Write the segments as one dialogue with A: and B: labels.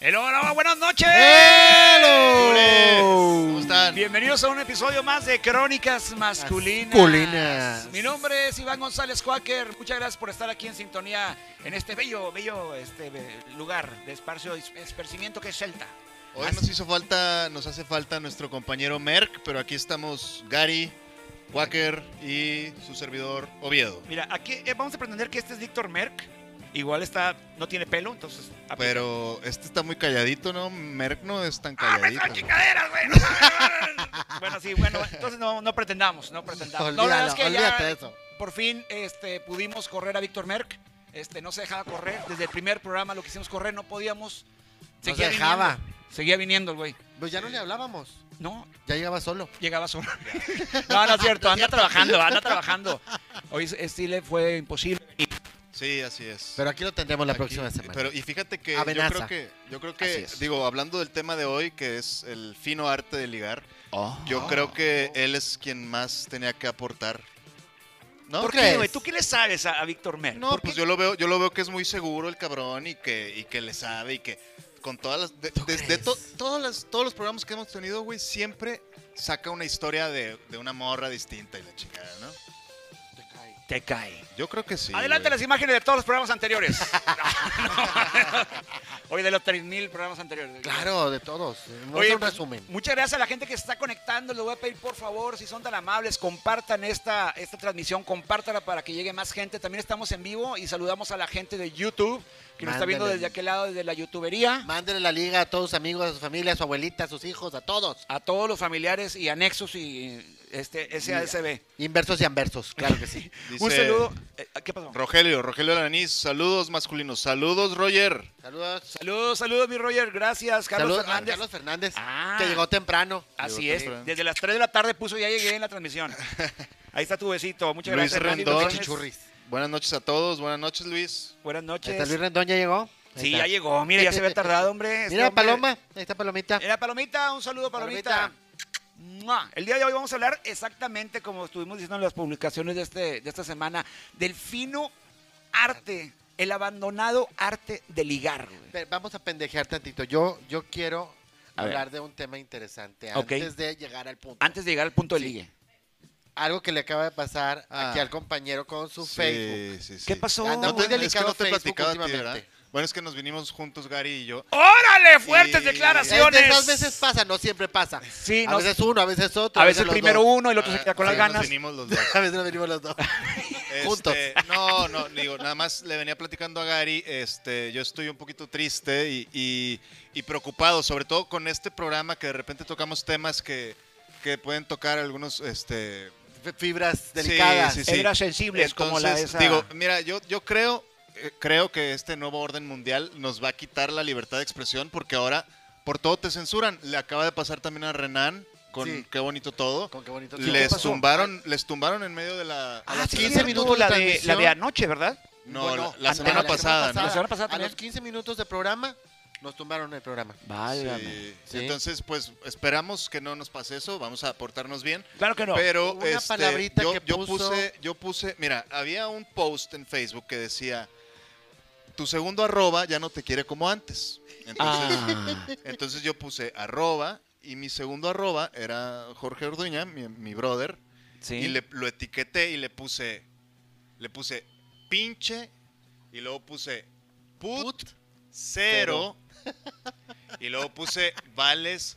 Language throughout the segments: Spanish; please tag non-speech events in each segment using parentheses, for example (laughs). A: Hello, hello, buenas noches.
B: Hello.
C: ¿Cómo están?
A: Bienvenidos a un episodio más de Crónicas Masculinas.
B: Masculinas.
A: Mi nombre es Iván González Quaker. Muchas gracias por estar aquí en sintonía en este bello, bello este, be- lugar de esparcio y esparcimiento que es Celta.
C: Hoy nos hizo falta, nos hace falta nuestro compañero Merck, pero aquí estamos Gary, Quaker y su servidor Oviedo.
A: Mira, aquí eh, vamos a pretender que este es Víctor Merck. Igual está, no tiene pelo, entonces. aplica.
C: Pero este está muy calladito, ¿no? Merck no es tan
A: ¡Ah, me
C: calladito.
A: son chingaderas,
C: (laughs)
A: güey! No, no, no, no. bueno, sí, bueno, entonces no, no pretendamos, no pretendamos. No, la verdad es que ya-
B: olvídate de eso.
A: Por fin este, pudimos correr a Víctor Merck. Este, no se dejaba correr. Desde el primer programa lo quisimos correr, no podíamos.
B: No se dejaba.
A: Viniendo. Seguía viniendo el güey.
B: Pues ya no le hablábamos.
A: No,
B: Ya llegaba solo.
A: llegaba solo. (laughs) no, no es cierto. Anda trabajando, anda trabajando. Hoy es- es- sí le fue imposible.
C: Sí, así es.
B: Pero aquí lo tendremos la
C: Aquí-
B: próxima semana.
C: Pero y fíjate que
B: Amenaza.
C: yo creo que yo creo
B: Así
C: que
B: es.
C: digo, hablando del tema de hoy que es el fino arte de ligar, yo
B: Oh.
C: creo que él es quien más tenía que aportar. ¿No?
A: ¿Por
B: ¿Por
A: qué,
B: crees?
A: güey? ¿Tú qué le sabes a, a Víctor Merck?
C: No,
A: ¿Por
C: pues
A: qué?
C: yo lo veo, yo lo veo que es muy seguro el cabrón y que, y que le sabe y que con todas las. de- desde
B: crees?
C: to- todas las- todos los programas que hemos tenido, güey, siempre saca una historia de, de una morra distinta y la chingada, ¿no?
A: Te cae.
C: Yo creo que sí.
A: Adelante
C: güey.
A: las imágenes de todos los programas anteriores. (laughs) No, no. Hoy de los 3.000 programas anteriores.
B: Claro, de todos.
A: Oye,
B: Vamos a
A: pues,
B: hacer un resumen.
A: Muchas gracias a la gente que se está conectando. Les voy a pedir por favor, si son tan amables, compartan esta, esta transmisión, compártala para que llegue más gente. También estamos en vivo y saludamos a la gente de YouTube que nos está viendo
B: Mándale.
A: desde aquel lado, desde la youtubería.
B: Mándele la liga a todos sus amigos, a su familia, a su abuelita, a sus hijos, a todos.
A: A todos los familiares y anexos y este SASB.
B: Inversos y anversos, claro que sí.
A: (laughs)
C: Dice
A: Un saludo. eh, ¿Qué pasó?
C: Rogelio, Rogelio Alanís, saludos masculinos. Saludos, Roger.
A: (laughs)
B: Saludos.
A: Saludos, saludos, mi Roger. Gracias, Carlos
B: Saludos a
A: Fernández.
B: Carlos Fernández,
A: Ah.
B: que llegó temprano.
A: Así
C: Llegó
A: es.
C: temprano.
A: Desde las 3 de la tarde puso ya llegué en la
B: (laughs)
A: transmisión. Ahí está tu besito. Muchas
C: Luis
A: gracias. Randy
C: Rendón.
B: Los
A: González.
B: chichurris.
C: Buenas noches a todos, buenas noches, Luis.
A: Buenas
B: Ahí está,
A: noches.
B: Luis Rendón ya llegó. Ahí
A: Sí,
B: está.
A: ya llegó. Mira, ya se había tardado, hombre. Este
B: Mira,
A: hombre-
B: Paloma. Ahí está Palomita.
A: Mira, Palomita, un saludo, Palomita. ¡Mua! El día de hoy vamos a hablar exactamente como estuvimos diciendo en las publicaciones de, este, de esta semana, del fino arte, el abandonado arte de ligar. güey.
B: Ve- Vamos a pendejear tantito. Yo, yo quiero
A: A ver.
B: hablar de un tema interesante
A: Ok.
B: antes de llegar al punto.
A: Antes de llegar al punto de
B: Sí.
A: ligue.
B: Algo que le acaba de pasar
C: Ah.
B: aquí al compañero con su
C: Sí,
B: Facebook.
C: sí, sí.
A: ¿Qué pasó?
B: Anda
C: No
B: muy
C: te- es que
B: delicado
C: no te he
B: Facebook
C: platicado a ti,
B: últimamente.
C: ¿verdad? Bueno, es que nos vinimos juntos, Gary y yo.
A: ¡Órale! ¡Fuertes
C: Y-
B: Es
A: declaraciones!
B: de Esas veces pasa, no siempre pasa.
A: Sí,
B: a
A: no-
B: veces uno, a veces otro.
A: a veces
B: los
A: primero
B: dos.
A: uno y el otro se queda con
C: Ah,
A: las
C: sí,
B: pues,
A: ganas.
C: Nos
B: (laughs)
C: vinimos los dos.
B: A veces nos venimos los dos.
C: Este,
B: Juntos.
C: No, no, digo, nada más le venía platicando a Gary, este, yo estoy un poquito triste y, y- y preocupado, sobre todo con este programa que de repente tocamos temas que, que pueden tocar algunos, este...
B: F- Fibras
C: Sí,
B: delicadas.
C: sí, sí.
A: Hebras sensibles como la de
C: Entonces,
A: esa.
C: digo, mira, yo, yo creo, eh, creo que este nuevo orden mundial nos va a quitar la libertad de expresión porque ahora por todo te censuran. Le acaba de pasar también a Renan con
B: Sí.
C: Qué Bonito Todo.
B: Con qué bonito.
A: ¿qué
C: Les
A: pasó?
C: tumbaron, les tumbaron en medio de la... a
A: Ah,
C: las
A: sí,
B: 15
A: cierto,
B: minutos de
A: la de, la
B: transmisión.
A: de anoche, ¿verdad?
C: No,
B: Bueno,
C: la, la
A: ah,
C: semana
A: no, la semana
C: pasada, ¿no?
A: pasada. La semana
B: A
A: también.
B: los 15 minutos de programa, nos tumbaron el programa.
A: Válgame.
C: Sí.
B: Sí.
C: Entonces, pues esperamos que no nos pase eso, vamos a portarnos bien.
A: Claro que no.
C: Pero
B: Una
C: este,
B: palabrita
C: yo,
B: que
C: yo
B: puso-
C: puse, yo puse, mira, había un post en Facebook que decía, tu segundo arroba ya no te quiere como antes. Entonces, (laughs)
A: Ah.
C: entonces yo puse arroba y mi segundo arroba era Jorge Orduña, mi, mi brother,
A: Sí.
C: y le, lo etiqueté y le puse, le puse pinche y luego puse put, cero, (laughs) y luego puse vales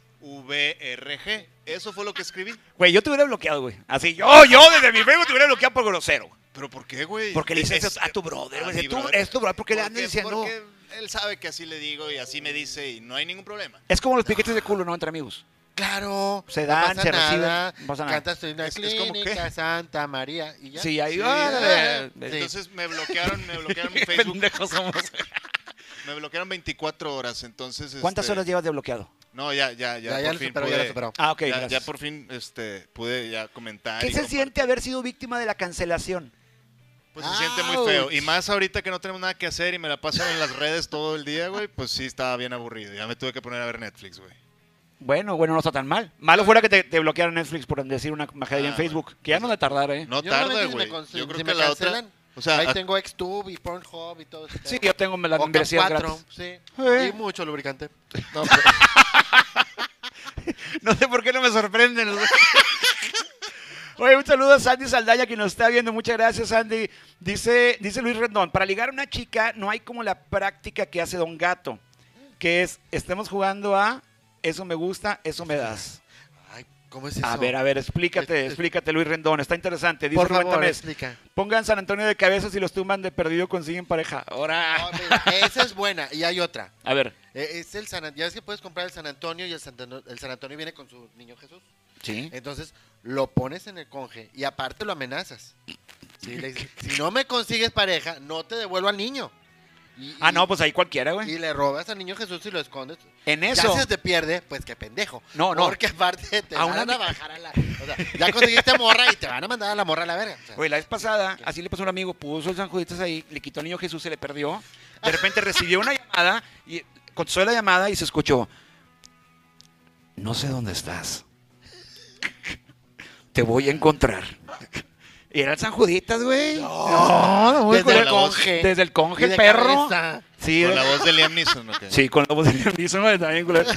C: VRG. Eso fue lo que escribí.
A: Güey, yo te hubiera bloqueado, güey. Así, yo, yo desde mi Facebook te hubiera bloqueado por grosero.
C: ¿Pero por qué, güey?
A: Porque le dices
C: Es-
A: eso a tu brother,
C: a
A: güey.
C: mi
A: Es tu-
C: brother.
A: Es tu brother, porque le andas
C: Porque-
A: diciendo.
C: porque él sabe que así le digo y así me dice y no hay ningún problema.
A: Es como los piquetes de culo, ¿no? Entre amigos.
B: Claro.
A: Se
B: no
A: dan,
B: pasa
A: se
B: nada,
A: reciben, no pasa nada.
B: Cantas en una
C: Es- es como que-
B: clínica Santa María y ya.
A: Sí, ahí.
C: Sí,
A: ah,
B: ya,
A: eh,
C: Entonces me bloquearon, me bloquearon mi
A: (laughs) Qué
C: Facebook.
A: pendejos somos.
C: (laughs) Me bloquearon 24 horas, entonces...
A: ¿Cuántas
C: este,
A: horas llevas de bloqueado?
C: No, ya, ya,
B: Ya,
C: ya,
B: ya
C: por
B: lo
C: fin
B: superó, ya
C: pude,
B: lo superó.
A: Ah, ok,
C: ya- ya,
A: gracias.
C: por fin este, pude ya comentar.
A: ¿Qué
C: y
A: se
C: compartir.
A: siente haber sido víctima de la cancelación?
C: Pues se siente muy feo. Y más ahorita que no tenemos nada que hacer y me la pasan en las redes todo el día, güey, pues sí estaba bien aburrido. Ya me tuve que poner a ver Netflix, güey.
A: Bueno, bueno, no está tan mal. Malo fuera que te, te bloquearon Netflix por decir una majadería
C: Ah,
A: en Facebook. Que ya no de tardar, ¿eh?
C: No
B: Yo normalmente
C: tarda,
B: si me
C: güey.
B: cons-
C: Yo creo
B: si
C: que
B: me
C: la otra,
B: cancelan,
C: O sea, ah,
B: Ahí
C: a-
B: tengo Xtube y Pornhub y todo. ese
A: Sí,
B: tema.
A: yo tengo la
B: O
A: membresía
B: Cam4,
A: gratis.
B: Sí.
A: Eh.
B: Y mucho lubricante. No,
C: pues, (laughs)
B: pero-
A: (laughs) No sé por qué no me sorprenden. los- (laughs) Oye, un saludo a Sandy Saldaya que nos está viendo. Muchas gracias, Sandy. Dice, dice Luis Rendón, para ligar a una chica no hay como la práctica que hace Don Gato, que es, estemos jugando a, eso me gusta, eso me das.
B: Ay, ¿cómo es eso?
A: A ver, a ver, explícate,
B: Es- es-
A: explícate, Luis Rendón. Está interesante. Dice
B: Por
A: Rubén
B: favor,
A: Tamés,
B: explica.
A: pongan San Antonio de cabezas y los tumban de perdido consiguen pareja.
B: No,
A: Ahora,
B: mira, esa es buena. Y hay otra.
A: a ver.
B: Eh, Es el San, ya es que puedes comprar el San Antonio y el San, Antonio- el San Antonio viene con su niño Jesús.
A: Sí.
B: Entonces lo pones en el conge y aparte lo amenazas. Sí, le dices, si no me consigues pareja, no te devuelvo al niño. Y-
A: Ah,
B: y-
A: no, pues ahí cualquiera, güey.
B: Y le robas al niño Jesús y lo escondes.
A: En
B: Ya
A: eso.
B: si te pierde, pues qué pendejo.
A: No, no.
B: Porque aparte te
A: A
B: van
A: una-
B: a bajar a la. O sea, ya conseguiste morra y te van a mandar a la morra a la verga. O sea,
A: Güey, la vez pasada, así le pasó a un amigo, puso el San Juditas ahí, le quitó al niño Jesús, se le perdió. De repente recibió una llamada y contestó la llamada y se escuchó. No sé dónde estás. Te voy a encontrar. Y era el San Juditas, güey. No,
B: güey,
A: desde,
B: con
A: el
B: la
A: conge.
B: voz.
A: Desde el
B: y
A: conge,
B: de
A: perro.
B: cabeza.
A: Sí,
C: con
A: de-
C: la voz de Liam Neeson, ¿o
A: (laughs)
C: qué?
A: sí, con la voz de Liam Neeson, güey, también, culero.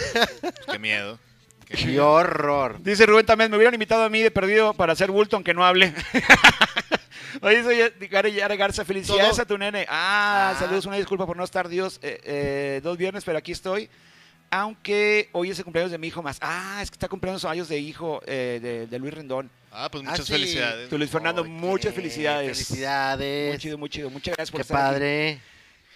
A: (laughs)
C: Qué miedo. Qué
B: Qué
C: miedo.
B: horror.
A: Dice Rubén también, me hubieran invitado a mí de perdido para hacer bulto aunque no hable. (laughs) Oye, soy Yare- Yare Garza, felicidades
B: Todo-
A: a tu nene. Ah,
B: Ah.
A: saludos, una disculpa por no estar Dios eh, eh, dos viernes, pero aquí estoy. Aunque hoy es el cumpleaños de mi hijo más. Ah, es que está cumpliendo sus años de hijo eh, de, de Luis Rendón.
C: Ah, pues
B: Ah,
C: muchas
B: sí.
C: felicidades.
A: Tu Luis Fernando,
B: Ay,
A: muchas
B: qué
A: felicidades. Muy
B: Felicidades.
A: chido, muy chido. Muchas gracias por
B: Qué
A: estar aquí.
B: padre.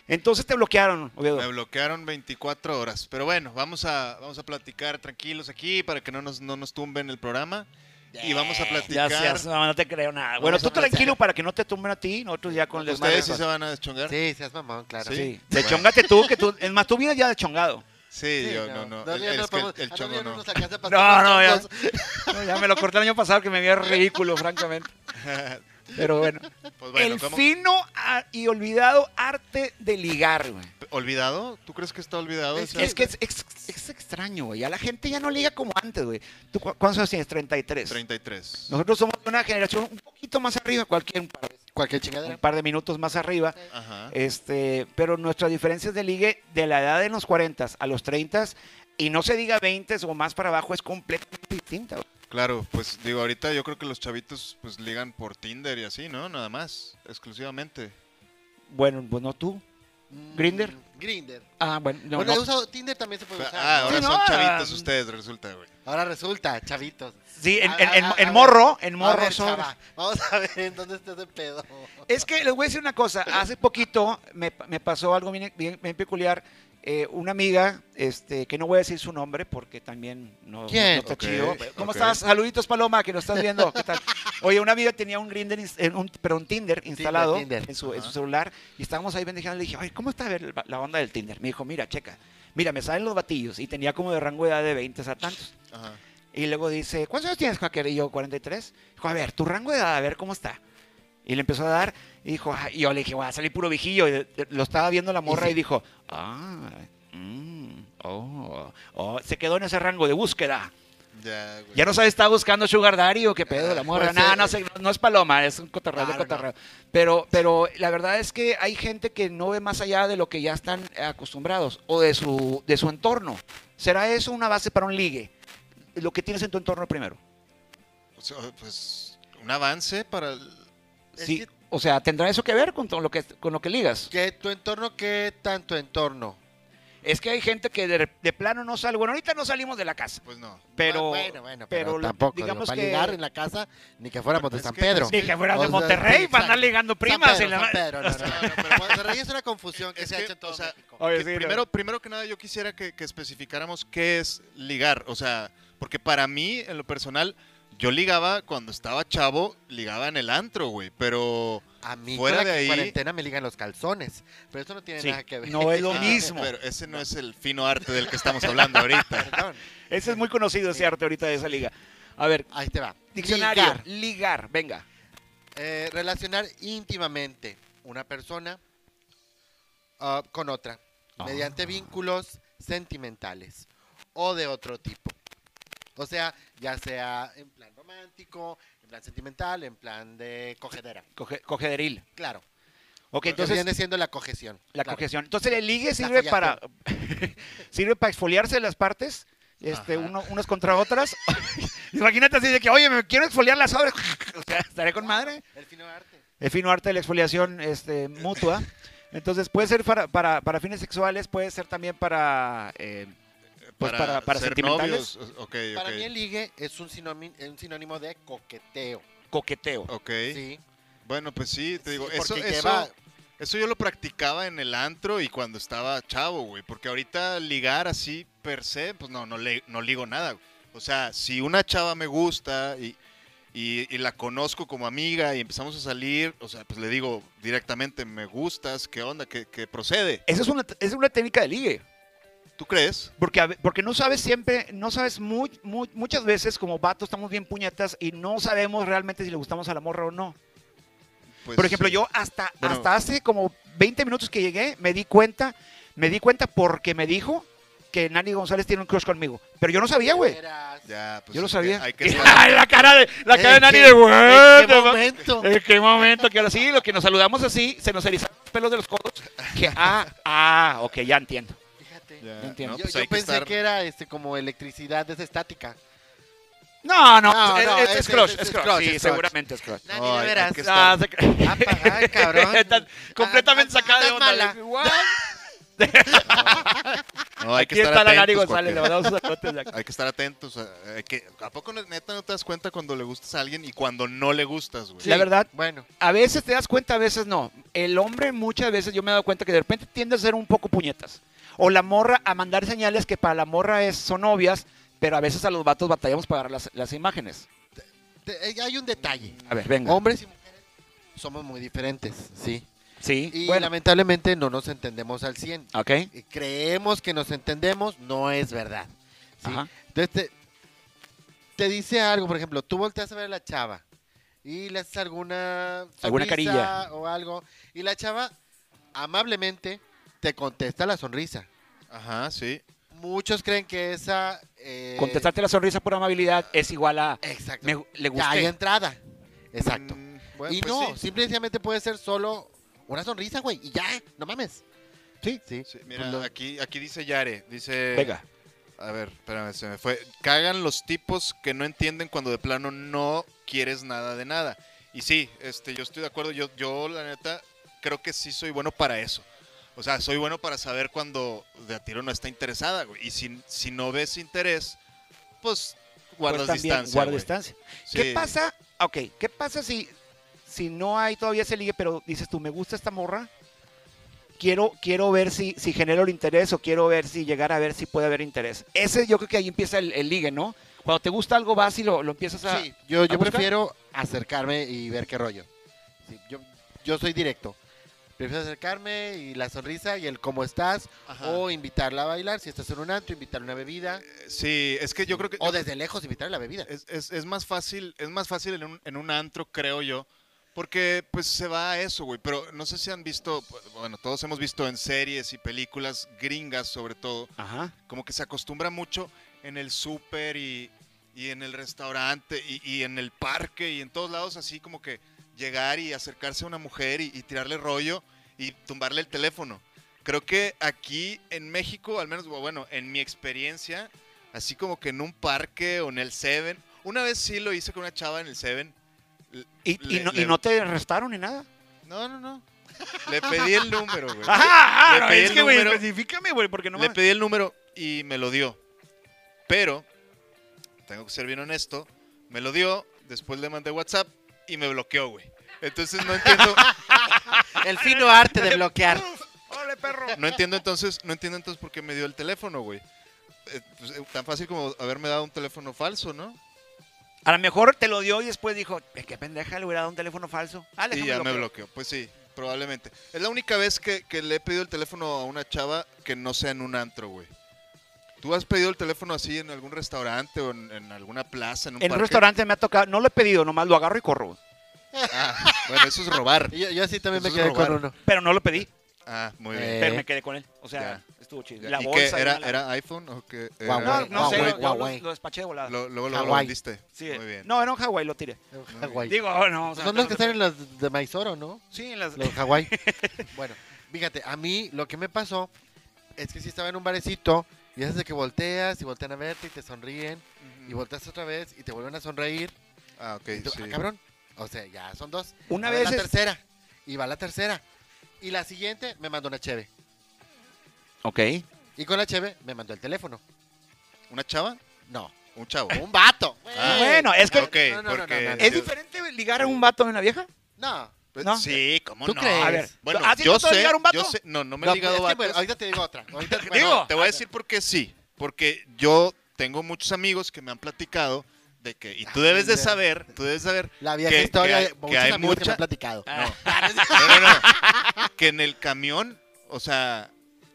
A: Entonces te bloquearon, Oviedo.
C: Me bloquearon 24 horas. Pero bueno, vamos a, vamos a platicar tranquilos aquí para que no nos, no nos tumben el programa. Y vamos a platicar.
A: Gracias, no, no te creo nada. Bueno,
B: Vamos
A: tú
B: a platicar.
A: tranquilo para que no te tumben a ti, nosotros ya con el desmadre.
C: Ustedes sí se van a deschongar.
B: Sí, seas mamón, claro.
C: Sí.
A: Sí, de chongate tú, que tú, es más, tú vienes ya de chongado.
C: Sí,
B: Sí,
C: yo no, no. El,
B: ya
C: es que el-
B: podemos-
C: el
B: ah, no,
C: chongo
B: ya
C: no.
B: nos alcanza para
A: No,
B: hacer
A: no, ya,
B: chongos.
A: no, ya me lo corté el año pasado que me veía ridículo, francamente. Pero bueno.
C: Pues (laughs) bueno,
A: el
C: ¿cómo?
A: fino a- y olvidado arte de ligar, güey.
C: ¿Olvidado? ¿Tú crees que está olvidado?
B: Es
C: O sea,
A: Es que es, es- es extraño, güey. A la gente ya no liga como antes, güey. ¿Tú cu- cuántos años tienes? 33.
C: 33.
A: Nosotros somos de una generación un poquito más arriba, cualquier un par,
B: Cualquier
A: un
B: chingadera.
A: par de minutos más arriba.
C: Ajá.
A: Este, pero nuestras diferencias de ligue de la edad de los 40 a los 30 y no se diga 20 o más para abajo es completamente distinta. güey.
C: Claro, pues digo, ahorita yo creo que los chavitos pues ligan por Tinder y así, ¿no? Nada más, exclusivamente.
A: Bueno, pues no tú.
B: Mm,
A: Grinder.
B: Grinder.
A: Ah, bueno, no,
B: bueno,
A: no.
B: he usado Tinder también se puede usar.
C: Ah,
B: ¿no?
C: ahora
A: Sí,
C: son
A: no,
C: chavitos
A: ah,
C: ustedes, resulta, güey.
B: Ahora resulta, chavitos.
A: Sí, en,
B: A-
A: en-
B: a-
A: en-
B: a-
A: en
B: a
A: morro,
B: ver,
A: en
B: a
A: morro
B: ver,
A: son.
B: chava, Vamos a ver en dónde está ese pedo.
A: Es que les voy a decir una cosa. Hace poquito me, me pasó algo bien, bien- bien peculiar. Eh, una amiga, este, que no voy a decir su nombre porque también no,
B: ¿Quién?
A: no está
C: Ok,
A: chido. ¿Cómo
C: ok.
A: estás? Saluditos, Paloma, que nos estás viendo. ¿Qué tal? Oye, una amiga tenía un Grindr, ins- eh, un, perdón, Tinder instalado
B: Tinder.
A: En, su, en su
C: Ajá.
A: celular y estábamos ahí bendijando. Le dije, ay, ¿cómo está el- la onda del Tinder? Me dijo, mira, checa. Mira, me salen los batillos y tenía como de rango de edad de 20 a tantos.
C: Ajá.
A: Y luego dice, ¿cuántos años tienes, Quaker? Y yo, 43. Dijo, a ver, tu rango de edad, a ver cómo está. Y le empezó a dar, y dijo, "Ah", y yo le dije, voy a salir puro viejillo. Y, eh, Lo estaba viendo la morra y dijo, ah, mm, oh, oh. Se quedó en ese rango de búsqueda.
C: Ya, güey.
A: Ya no sabe, está buscando Sugar Daddy o qué pedo, la morra.
B: Pues,
A: no,
B: eh,
A: no, sé, no- no es paloma, es un cotorreo de
B: Claro, no.
A: cotorreo. Pero, pero la verdad es que hay gente que no ve más allá de lo que ya están acostumbrados o de su, de su entorno. ¿Será eso una base para un ligue? Lo que tienes en tu entorno primero.
C: O sea, pues un avance para el...
B: Es
A: Sí.
B: que-
A: O sea, ¿tendrá eso que ver con, todo lo, que, con lo que ligas?
B: ¿Qué, ¿Tu entorno qué tanto entorno?
A: Es que hay gente que de, de plano no sale. Bueno, ahorita no salimos de la casa,
C: Pues no.
A: pero...
B: Ah, bueno, bueno,
A: pero
B: pero,
A: lo-
B: tampoco.
A: digamos
B: Digamos
A: que-
B: para ligar en la casa, ni que fuéramos de
C: Es
B: San
C: que-
B: Pedro.
A: Ni que fueras
B: O
A: de
B: sea,
A: Monterrey
B: sí,
A: para andar
B: exacto.
A: ligando
B: San
A: primas.
B: Pedro,
A: en la-
B: San Pedro, no, no, no, no, pero Monterrey es una confusión que
C: Es
B: se
C: que,
B: ha hecho en todo
C: o sea,
B: México.
A: Oye,
C: Que
A: sí, no.
C: primero, primero que nada, yo quisiera que, que especificáramos qué es ligar. O sea, porque para mí, en lo personal, yo ligaba cuando estaba chavo, ligaba en el antro, güey. Pero.
B: A mí
C: fuera
B: con
C: de
B: la
C: ahí-
B: cuarentena me ligan los calzones, pero eso no tiene
A: Sí,
B: nada que ver.
A: no es lo
B: (laughs)
C: Ah,
A: mismo.
C: Pero ese no es el fino arte del que estamos hablando ahorita.
B: Perdón,
A: Ese es muy conocido, ese arte ahorita de esa liga. A ver,
B: ahí te va.
A: diccionario.
B: Ligar.
A: ligar venga.
B: Eh, relacionar íntimamente una persona ah, con otra mediante vínculos sentimentales o de otro tipo. O sea, ya sea en plan romántico, en plan sentimental, en plan de cogedera.
A: Coge- cogederil.
B: Claro.
A: Ok,
B: Entonces
A: entonces
B: viene siendo la cojeción.
A: la
B: claro.
A: cojeción. Entonces el ligue
B: La
A: sirve para (laughs) sirve para exfoliarse las partes, este,
B: Ajá.
A: uno- unas contra otras. (laughs) Imagínate así de que, oye, me quiero exfoliar las obras. (laughs) o sea, estaré con madre.
B: El fino arte.
A: El fino arte de la exfoliación este, mutua. Entonces puede ser para, para, para fines sexuales, puede ser también para... eh, (laughs) Pues para- para
C: ser
A: sentimentales.
C: novios. o- Ok, ok.
B: Para mí el ligue es un sinónimo, un sinónimo de coqueteo.
A: coqueteo.
C: ok.
B: Sí.
C: Bueno, pues sí, te digo,
B: Sí,
C: eso,
B: porque
C: eso,
B: lleva-
C: eso yo lo practicaba en el antro y cuando estaba chavo, güey. Porque ahorita ligar así per se, pues no, no, le, no ligo nada. güey. O sea, si una chava me gusta y, y- y la conozco como amiga y empezamos a salir, o sea, pues le digo directamente, me gustas, ¿qué onda? ¿Qué, qué procede?
A: Esa es una, es una técnica de ligue.
C: ¿Tú crees?
A: Porque, a ve- porque no sabes siempre, no sabes muy, muy- muchas veces como vatos estamos bien puñetas y no sabemos realmente si le gustamos a la morra o no.
C: Pues,
A: Por ejemplo,
C: sí.
A: yo hasta,
C: Bueno.
A: hasta hace como 20 minutos que llegué, me di cuenta, me di cuenta porque me dijo que Nani González tiene un crush conmigo. Pero yo no sabía, güey.
B: Eras-
C: Ya, pues
A: Yo lo
C: es que
A: sabía. (laughs)
C: hay que estar-
A: Ay, la cara de, la cara de
B: ¿En
A: Nani
B: qué-
A: de güey.
B: ¿En qué
A: Eh, te va-
B: momento?
A: ¿En qué momento? Que ahora sí, lo que nos saludamos así, se nos erizaron los pelos de los codos. Que, ah, ah, ok, ya entiendo.
B: Fíjate.
C: Ya,
A: No entiendo.
C: no,
B: yo
C: pues
B: yo
C: hay que
B: pensé que,
C: estar-
B: era este como electricidad es estática.
A: No, no,
B: No,
A: es,
B: no,
A: es- es
B: es-
A: crush,
B: es-
A: es
B: es
A: crush.
B: crush,
A: Sí,
B: es crush.
A: seguramente es crush.
B: Nani,
C: No,
B: de
C: hay- hay
B: veras.
C: que
A: Ah, se-
B: Ah,
A: (laughs)
B: pa- (laughs) ah, cabrón.
A: Estás completamente
B: Ah,
A: sacada de
B: andas
A: onda.
B: mala.
A: What?
C: No, hay que
A: Aquí
C: estar
A: está la Nani
C: atentos,
A: González, le
C: cualquier-
A: mandamos sacotes de acá.
C: Hay que estar atentos. a- hay que- ¿A poco no- neta no te das cuenta cuando le gustas a alguien y cuando no le gustas, güey?
A: La verdad-
B: Bueno,
A: A veces te das cuenta, a veces no. El hombre muchas veces yo me he dado cuenta que de repente tiende a ser un poco puñetas. O la morra a mandar señales que para la morra es, son obvias, pero a veces a los vatos batallamos para agarrar las, las imágenes.
B: te- eh, hay un detalle.
A: A ver, venga.
B: Hombres y mujeres somos muy diferentes, sí.
A: sí,
B: Y
A: bueno.
B: lamentablemente no nos entendemos al 100.
A: Ok,
B: Y Creemos que nos entendemos, no es verdad. ¿sí?
A: Ajá.
B: Entonces te, te dice algo, por ejemplo, tú volteas a ver a la chava y le haces alguna
A: Alguna
B: sonrisa
A: carilla.
B: o algo y la chava amablemente te contesta la sonrisa.
C: Ajá, sí.
B: Muchos creen que esa eh,
A: Contestarte la sonrisa por amabilidad es igual a...
B: exacto.
A: me- le
B: Ya hay
A: gusté.
B: entrada. Exacto.
C: Mm, bueno,
B: y
C: pues
B: no,
C: sí.
B: simplemente puede ser solo una sonrisa, güey, y ya, no mames. Sí, sí.
C: Sí, mira,
B: Pues lo-
C: aquí, aquí dice Yare, dice...
A: Venga.
C: A ver, espérame, se me fue. Cagan los tipos que no entienden cuando de plano no quieres nada de nada. Y sí, este, yo estoy de acuerdo. Yo, yo la neta, creo que sí soy bueno para eso. O sea, soy bueno para saber cuando de a tiro no está interesada, güey. Y si, si no ves interés, pues guardas
A: Pues también
C: distancia,
A: guarda
C: güey.
A: distancia.
C: Sí.
A: ¿Qué pasa? Ok, ¿qué pasa si, si no hay todavía ese ligue, pero dices tú, me gusta esta morra? Quiero, quiero ver si, si genero el interés o quiero ver si llegar a ver si puede haber interés. Ese yo creo que ahí empieza el, el ligue, ¿no? Cuando te gusta algo vas y lo, lo empiezas a...
B: Sí, yo, yo
A: buscar?
B: prefiero acercarme y ver qué rollo. Sí, yo, yo soy directo. Prefiero acercarme y la sonrisa y el cómo estás
C: Ajá.
B: o invitarla a bailar si estás en un antro, invitarle una bebida
C: Sí, es que yo creo Eh, que...
B: o desde lejos invitarle la bebida.
C: Es, es- es más fácil, es más fácil en un, en un antro, creo yo. Porque pues se va a eso, güey. Pero no sé si han visto, bueno, todos hemos visto en series y películas gringas sobre todo,
A: Ajá.
C: como que se acostumbra mucho en el súper y, y en el restaurante y, y en el parque y en todos lados así como que llegar y acercarse a una mujer y, y tirarle rollo y tumbarle el teléfono. Creo que aquí en México, al menos, bueno, en mi experiencia, así como que en un parque o en el Seven, una vez sí lo hice con una chava en el Seven. L-
A: ¿Y, y
C: le-
A: no, y
C: le-
A: no te arrestaron ni nada?
C: No, no, no. Le pedí el número, güey.
A: Ajá,
C: Le pedí el número.
A: específicame, güey, porque
C: Le
A: mames.
C: pedí el número y me lo dio. Pero, tengo que ser bien honesto, me lo dio, después le mandé WhatsApp y me bloqueó, güey. Entonces
A: (laughs)
C: no entiendo,
B: El fino arte de bloquear.
A: ¡Ole, perro!
C: no entiendo entonces, no entiendo entonces por qué me dio el teléfono, güey. Eh, pues, eh, tan fácil como haberme dado un teléfono falso, ¿no?
A: (laughs) A lo mejor te lo dio y después dijo, "Eh, qué pendeja, le hubiera dado un teléfono falso. Ah,
C: Y
A: déjame
C: ya me
A: bloqueo.
C: bloqueó. Pues sí, probablemente. Es la única vez que, que le he pedido el teléfono a una chava que no sea en un antro, güey. ¿Tú has pedido el teléfono así en algún restaurante o en, en alguna plaza, en un
A: En un
C: parque?
A: restaurante me ha tocado, no lo he pedido, nomás lo agarro y corro.
C: Ah, bueno, eso es robar.
B: Yo, yo sí también
C: Eso
B: me
C: es
B: quedé con
C: robar.
B: uno.
A: Pero no lo pedí.
C: Ah, muy bien.
B: Eh,
A: Pero me quedé con él. O sea, estuvo chido. La
C: ¿Y
A: bolsa.
C: qué? ¿Era,
A: la-
C: era iPhone o qué? Era-
B: Huawei.
A: No, no sé, lo-
B: Huawei,
A: yo lo,
B: Huawei.
A: lo despaché de volada.
C: Lo- Luego luego lo
B: Hawaii.
C: vendiste.
A: Sí,
C: Muy bien.
A: No, era un Hawái, lo tiré.
B: Hawái. Pues
A: Digo, oh, no. o sea,
B: Son los que están en las de Maizoro, ¿no?
A: Sí, en las...
C: (laughs)
B: Los Hawái. bueno, fíjate, a mí lo que me pasó es que sí estaba en un barecito y es de que volteas y voltean a verte y te sonríen
C: Mm.
B: y volteas otra vez y te vuelven a sonreír.
C: Ah, ok,
B: Y tú,
C: sí.
B: ah, cabrón. O sea, ya son dos.
A: Una
B: Va
A: vez
B: la
A: es-
B: tercera. Y va la tercera. Y la siguiente me mandó una cheve.
A: Ok.
B: Y con la cheve me mandó el teléfono.
C: ¿Una chava?
B: No,
C: ¿Un chavo?
A: (laughs)
B: un vato.
C: Ah,
B: güey.
A: bueno, es que-
C: Ok,
B: No, no, no,
C: porque-
B: no, no,
A: ¿Es
B: no.
A: diferente ligar a un vato de una vieja?
B: No.
C: Pues,
A: ¿No?
C: Sí, ¿cómo
B: ¿Tú
C: no?
B: crees?
A: A ver,
C: Bueno,
A: ¿a ti
C: yo
A: no te va a
C: sé,
A: llegar un vato?
C: yo sé- No, no me
B: No,
C: he ligado
B: es que,
C: vatos.
B: bueno, ahorita te digo otra. Ahorita,
A: (laughs)
B: bueno,
A: Digo.
C: Te voy a decir por qué sí. Porque yo tengo muchos amigos que me han platicado de que, y tú
B: Ah,
C: debes de
B: mira.
C: saber, tú
A: (laughs)
C: debes saber,
B: La vieja
C: que-
B: historia
C: que hay-
B: de muchos
C: que hay
B: amigos que me
C: mucha- Ah,
B: han platicado.
A: Ah.
C: no, no, no, que en el camión, o sea,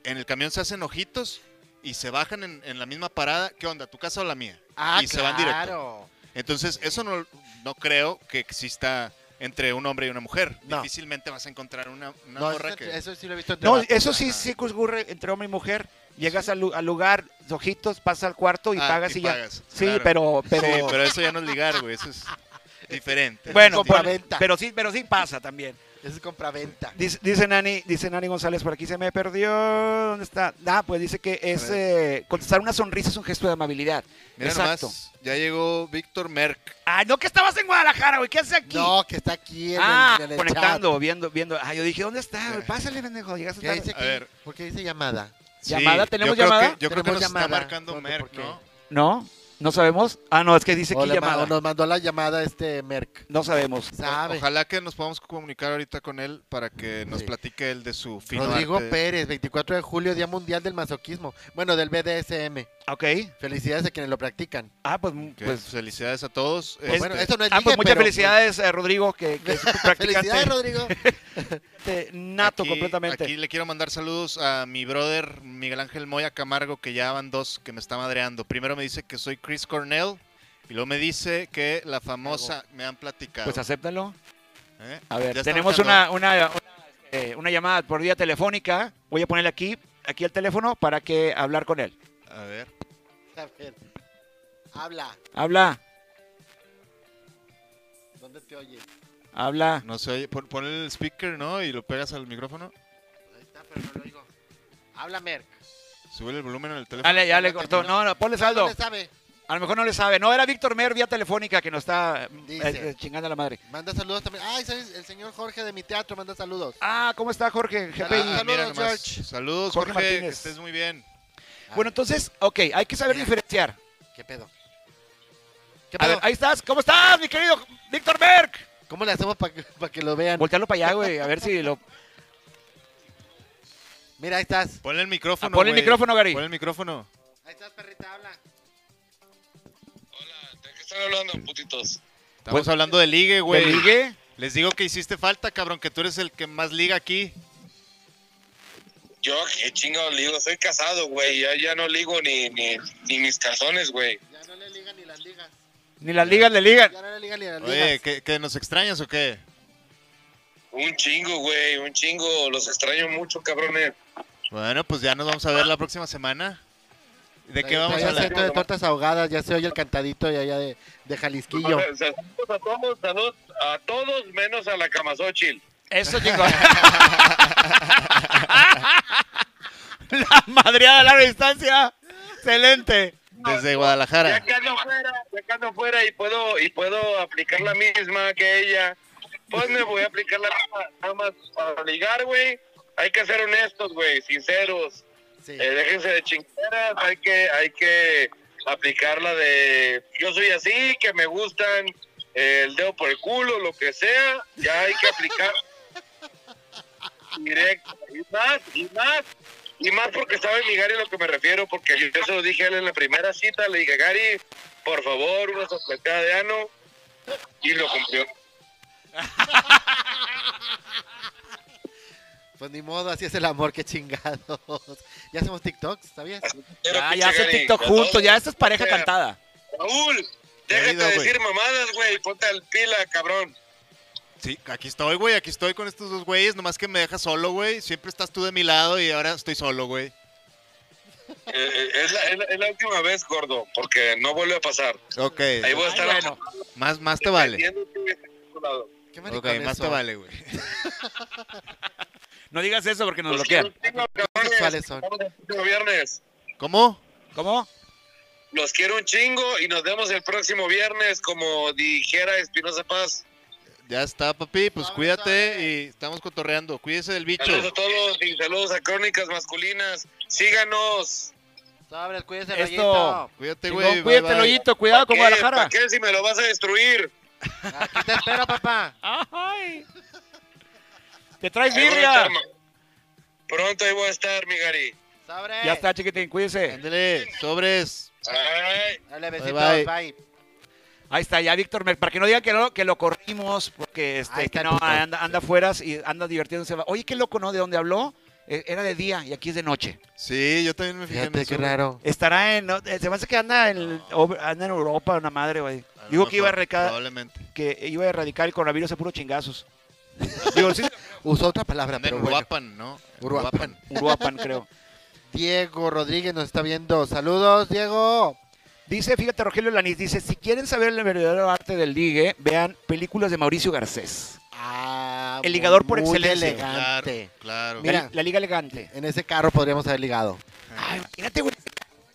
C: en el camión se hacen ojitos y se bajan en, en la misma parada. ¿Qué onda, tu casa o la mía?
B: Ah,
C: y se van directo.
B: claro.
C: Entonces, eso no, no creo que exista entre un hombre y una mujer.
B: No.
C: Difícilmente vas a encontrar una, una
B: No,
C: morra
B: eso,
C: que...
B: eso sí lo he visto entre
A: No,
B: vatos.
A: eso sí, sí ocurre entre hombre y mujer. Llegas al, lu- al lugar, ojitos, pasas al cuarto y
C: Ah,
A: pagas
C: y
A: y, ya.
C: pagas,
A: sí,
C: claro.
A: pero, pero,
C: Sí, pero eso ya no es ligar, güey. Eso es
A: (laughs)
C: diferente.
A: bueno,
C: Sí.
A: pero,
B: compraventa.
A: pero sí, pero sí pasa también.
B: Eso es compraventa.
A: Dice, dice Nani, dice Nani González por aquí se me perdió. ¿Dónde está? Ah, pues dice que es eh, contestar una sonrisa es un gesto de amabilidad.
C: Mira
A: Exacto.
C: nomás, ya llegó Víctor Merck.
A: Ay, no que estabas en Guadalajara, güey, ¿qué haces aquí?
B: No, que está aquí en
A: ah,
B: el, en el
A: conectando, viendo, viendo. Ah, yo dije, ¿dónde está? güey?
C: Sí.
A: Pásale, pendejo, llegaste
B: chat. ¿Qué
A: tarde.
B: dice aquí?
C: A ver.
B: ¿Por qué dice llamada?
A: ¿Llamada? ¿Tenemos
C: yo creo
A: llamada?
C: que- yo creo que
B: Tenemos
C: nos está
B: llamada.
C: marcando
B: No sé
C: Merck,
B: por qué.
C: ¿no?
A: ¿No? ¿No sabemos? Ah, no, es que dice
B: O
A: aquí
B: le ma-
A: llamada.
B: o nos mandó la llamada este Merck.
A: No sabemos.
B: ¿Sabe?
C: Ojalá que nos podamos comunicar ahorita con él para que nos
B: Sí.
C: platique él de su fino
B: Rodrigo
C: arte.
B: Pérez, 24 de julio, Día Mundial del Masoquismo. Bueno, del BDSM.
A: Ok.
B: Felicidades a quienes lo practican.
A: Ah, pues,
C: Que
A: pues
C: felicidades a todos. Este,
B: Pues bueno, esto no es
A: Ah, pues
B: ligue,
A: muchas
B: pero-
A: felicidades, eh, Rodrigo, que, que es un
B: (laughs) Felicidades,
A: practicante (laughs)
B: Rodrigo.
A: este, nato
C: aquí-
A: completamente.
C: Aquí le quiero mandar saludos a mi brother Miguel Ángel Moya Camargo, que ya van dos que me está madreando. Primero me dice que soy Chris Cornell y luego me dice que la famosa me han platicado.
A: Pues acéptalo.
C: ¿Eh?
A: A ver,
C: Ya está
A: tenemos una,
C: marcando.
A: una, una, eh, una llamada por vía telefónica. Voy a ponerle aquí, aquí el teléfono para que hablar con él.
C: A ver.
B: A ver. Habla.
A: Habla,
B: ¿Dónde te oyes?
A: habla.
C: No se oye. Pon, pon el speaker, ¿no? Y lo pegas al micrófono.
B: Ahí está, pero no lo oigo. Habla, Merck.
C: Sube el volumen en el teléfono.
A: Dale, ya le cortó. No, no, ponle saldo.
B: ¿Dónde sabe?
A: A lo mejor no le sabe. No, era Víctor Mer vía telefónica que nos está eh,
B: Dice.
A: eh, chingando a la madre.
B: Manda saludos también. Ay, ¿sabes? El señor Jorge de mi teatro manda saludos.
A: Ah, ¿cómo está Jorge?
C: Ah,
A: GPI.
B: Saludos,
C: mira nomás.
B: George.
C: Saludos,
A: Jorge
C: Jorge. que
A: Martínez.
C: estés muy bien.
A: Bueno, entonces, ok, hay que saber diferenciar.
B: Ah, ¿Qué pedo? ¿Qué
A: A
B: pedo?
A: ver, ahí estás. ¿Cómo estás, mi querido Víctor Merck?
B: ¿Cómo le hacemos para que, pa' que lo vean?
A: Voltealo para allá, güey, a ver si lo...
B: Mira, ahí estás.
C: Ponle el
A: Ah,
C: micrófono.
A: ponle el
C: güey.
A: micrófono, Gary.
C: Ponle el micrófono.
B: Ahí estás, perrita, habla.
D: Hola, ¿de qué están hablando, putitos?
C: Estamos
A: Pues-
C: hablando de ligue, güey.
A: ¿Te ligue?
C: Les digo que hiciste falta, cabrón, que tú eres el que más liga aquí.
D: Yo, qué chingado ligo, soy casado, güey, ya, ya no ligo ni, ni, ni mis calzones, güey.
B: Ya no le ligan ni las ligas.
A: Ni las ligas le ligan.
B: Ya no le ligan ni las
C: Oye,
B: ligas.
C: ¿que, que nos extrañas o qué?
D: Un chingo, güey, un chingo, los extraño mucho, cabrones.
C: Bueno, pues ya nos vamos a ver la próxima semana. ¿De qué vamos a
B: Traía
C: hablar?
B: acento de tortas ahogadas, ya se oye el cantadito y allá de, de Jalisquillo.
D: Saludos a todos, saludos a todos menos a la Camasochil.
A: Eso, chicos. (laughs) la madreada a larga distancia. Excelente.
C: Desde
D: Ya
C: Guadalajara.
D: que ando fuera, ya que ando fuera y puedo, y puedo aplicar la misma que ella, pues me voy a aplicar la misma, nada más para ligar, güey. Hay que ser honestos, güey, sinceros.
B: Sí.
D: Eh, déjense de chingaderas, hay que, hay que aplicarla de yo soy así, que me gustan eh, el dedo por el culo, lo que sea, ya hay que aplicar directo, y más, y más, y más porque sabe mi Gary lo que me refiero, porque yo se lo dije a él en la primera cita, le dije Gary, por favor, una sopletada de ano, y lo cumplió.
B: Pues ni modo, así es el amor, qué chingados. Ya hacemos TikToks, ¿sabías?
A: Ya, ya hacen TikTok juntos. Ya, esta es pareja cantada.
D: Raúl, déjate
C: Querido,
D: de
C: güey.
D: decir mamadas, güey, ponte al pila, cabrón.
C: Sí, aquí estoy, güey, aquí estoy con estos dos güeyes, nomás que me dejas solo, güey. Siempre estás tú de mi lado y ahora estoy solo, güey.
D: Eh, eh, es, la, es la- es la última vez, gordo, porque no vuelve a pasar.
C: Ok.
D: Ahí voy a estar.
B: Bueno,
C: Más, más te vale.
D: defendiéndote de tu lado.
B: qué
C: Ok,
B: maricón
C: más
B: eso.
C: te vale, güey.
A: No digas eso porque nos
D: Los
A: bloquean.
D: quiero un chingo,
B: ¿Qué sexuales
D: cabrones.
B: son?
D: Nos vemos el próximo viernes.
C: ¿Cómo?
A: ¿Cómo?
D: Los quiero un chingo y nos vemos el próximo viernes, como dijera Espinosa Paz.
C: Ya está, papi. Pues
B: Vamos,
C: cuídate
B: dale.
C: y estamos cotorreando. Cuídese del bicho.
D: Saludos a todos y saludos a Crónicas Masculinas. Síganos.
B: Sobres, cuídense,
A: Esto-
B: Rayito.
C: Cuídate,
A: Chingón,
C: güey. bye,
A: cuídate,
C: bye.
A: Loyito, cuidado con
D: ¿Qué? ¿Para
A: Guadalajara.
D: qué si me lo vas a destruir?
B: Aquí te espero, papá.
A: Ay. Te traes
D: Ahí voy a
A: birria.
D: estar, ma- Pronto ahí voy a estar, mi Gary.
B: Sobres.
A: Ya está, chiquitín, cuídese.
C: Ándele, sobres.
D: Ay,
B: Dale besitos,
C: Bye,
B: bye.
C: bye.
A: Ahí está, ya Víctor, me- para que no digan que, no- que lo corrimos, porque este,
B: Ahí está
A: que no,
B: el puto.
A: anda, anda afuera y anda divirtiéndose. Oye, qué loco, ¿no? ¿De dónde habló? Eh, Era de día y aquí es de noche.
C: Sí, yo también me fijé en
B: Fíjate
C: eso,
B: qué
C: güey.
B: raro.
A: Estará en. no, eh, se me hace que anda en, ob- anda en Europa, una madre, güey.
C: A
B: Ah,
C: lo
A: Digo que iba, a
C: mejor,
A: reca-
C: Probablemente.
A: que iba a erradicar el coronavirus a puro chingazos. Digo, sí,
B: Usó otra palabra,
C: Anda en
B: pero bueno.
C: Uruapan, ¿no?
B: Uruapan. (laughs)
A: Uruapan, creo.
B: Diego Rodríguez nos está viendo. Saludos, Diego.
A: Dice, fíjate, Rogelio Lanís, dice, si quieren saber el verdadero arte del ligue, vean películas de Mauricio Garcés.
B: Ah,
A: El ligador por
B: muy
A: excelencia.
C: Claro,
B: elegante.
C: claro.
A: La-
B: Mira.
A: La, Liga Elegante.
B: En ese carro podríamos haber ligado.
A: Ay, imagínate, güey.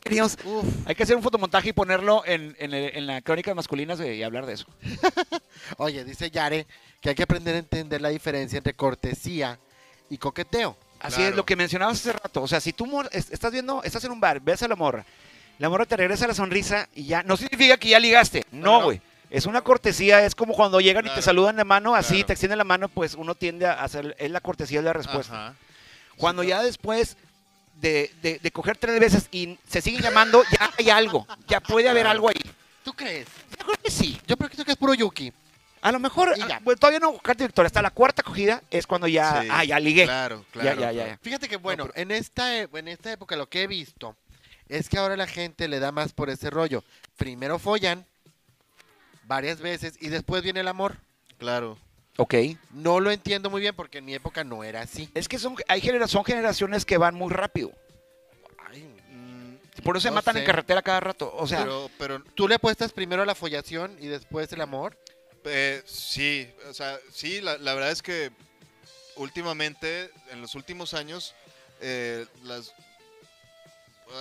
A: Queríamos-
B: Uf.
A: Hay que hacer un fotomontaje y ponerlo en, en, el- en la crónica masculina güey, y hablar de eso.
B: Oye, dice Yare que hay que aprender a entender la diferencia entre cortesía y coqueteo.
A: Así
C: Claro.
A: es lo que mencionabas hace rato. O sea, si tú mor- es- estás viendo, estás en un bar, ves a la morra, la morra te regresa la sonrisa y ya, no significa que ya ligaste. No,
B: Claro.
A: güey. Es una cortesía, es como cuando llegan y te
C: Claro.
A: saludan de mano, así,
C: Claro.
A: te extienden la mano, pues uno tiende a hacer, es la cortesía de la respuesta.
C: Ajá.
A: Cuando ya después de, de- de coger tres veces y se siguen llamando, ya hay algo, ya puede haber algo ahí.
B: ¿Tú crees?
A: Yo creo que sí.
B: Yo creo que es puro Yuki.
A: A lo mejor,
B: Y
A: ah,
B: ya.
A: pues, todavía no buscarte victoria, hasta la cuarta cogida es cuando ya,
C: Sí,
A: ah, ya ligué.
C: Claro,
A: Ya,
C: claro.
A: ya, ya, ya.
B: Fíjate que bueno, en esta e- en esta época lo que he visto es que ahora la gente le da más por ese rollo. Primero follan varias veces y después viene el amor.
C: Claro.
A: Ok.
B: No lo entiendo muy bien porque en mi época no era así.
A: Es que son, hay genera- son generaciones que van muy rápido.
B: Ay,
C: Mm,
A: Por eso se
B: No
A: matan en
B: sé.
A: carretera cada rato. O sea,
C: pero, pero
B: ¿Tú le apuestas primero a la follación y después el amor?
C: eh, sí, o sea, sí, la, la verdad es que últimamente, en los últimos años, eh, las...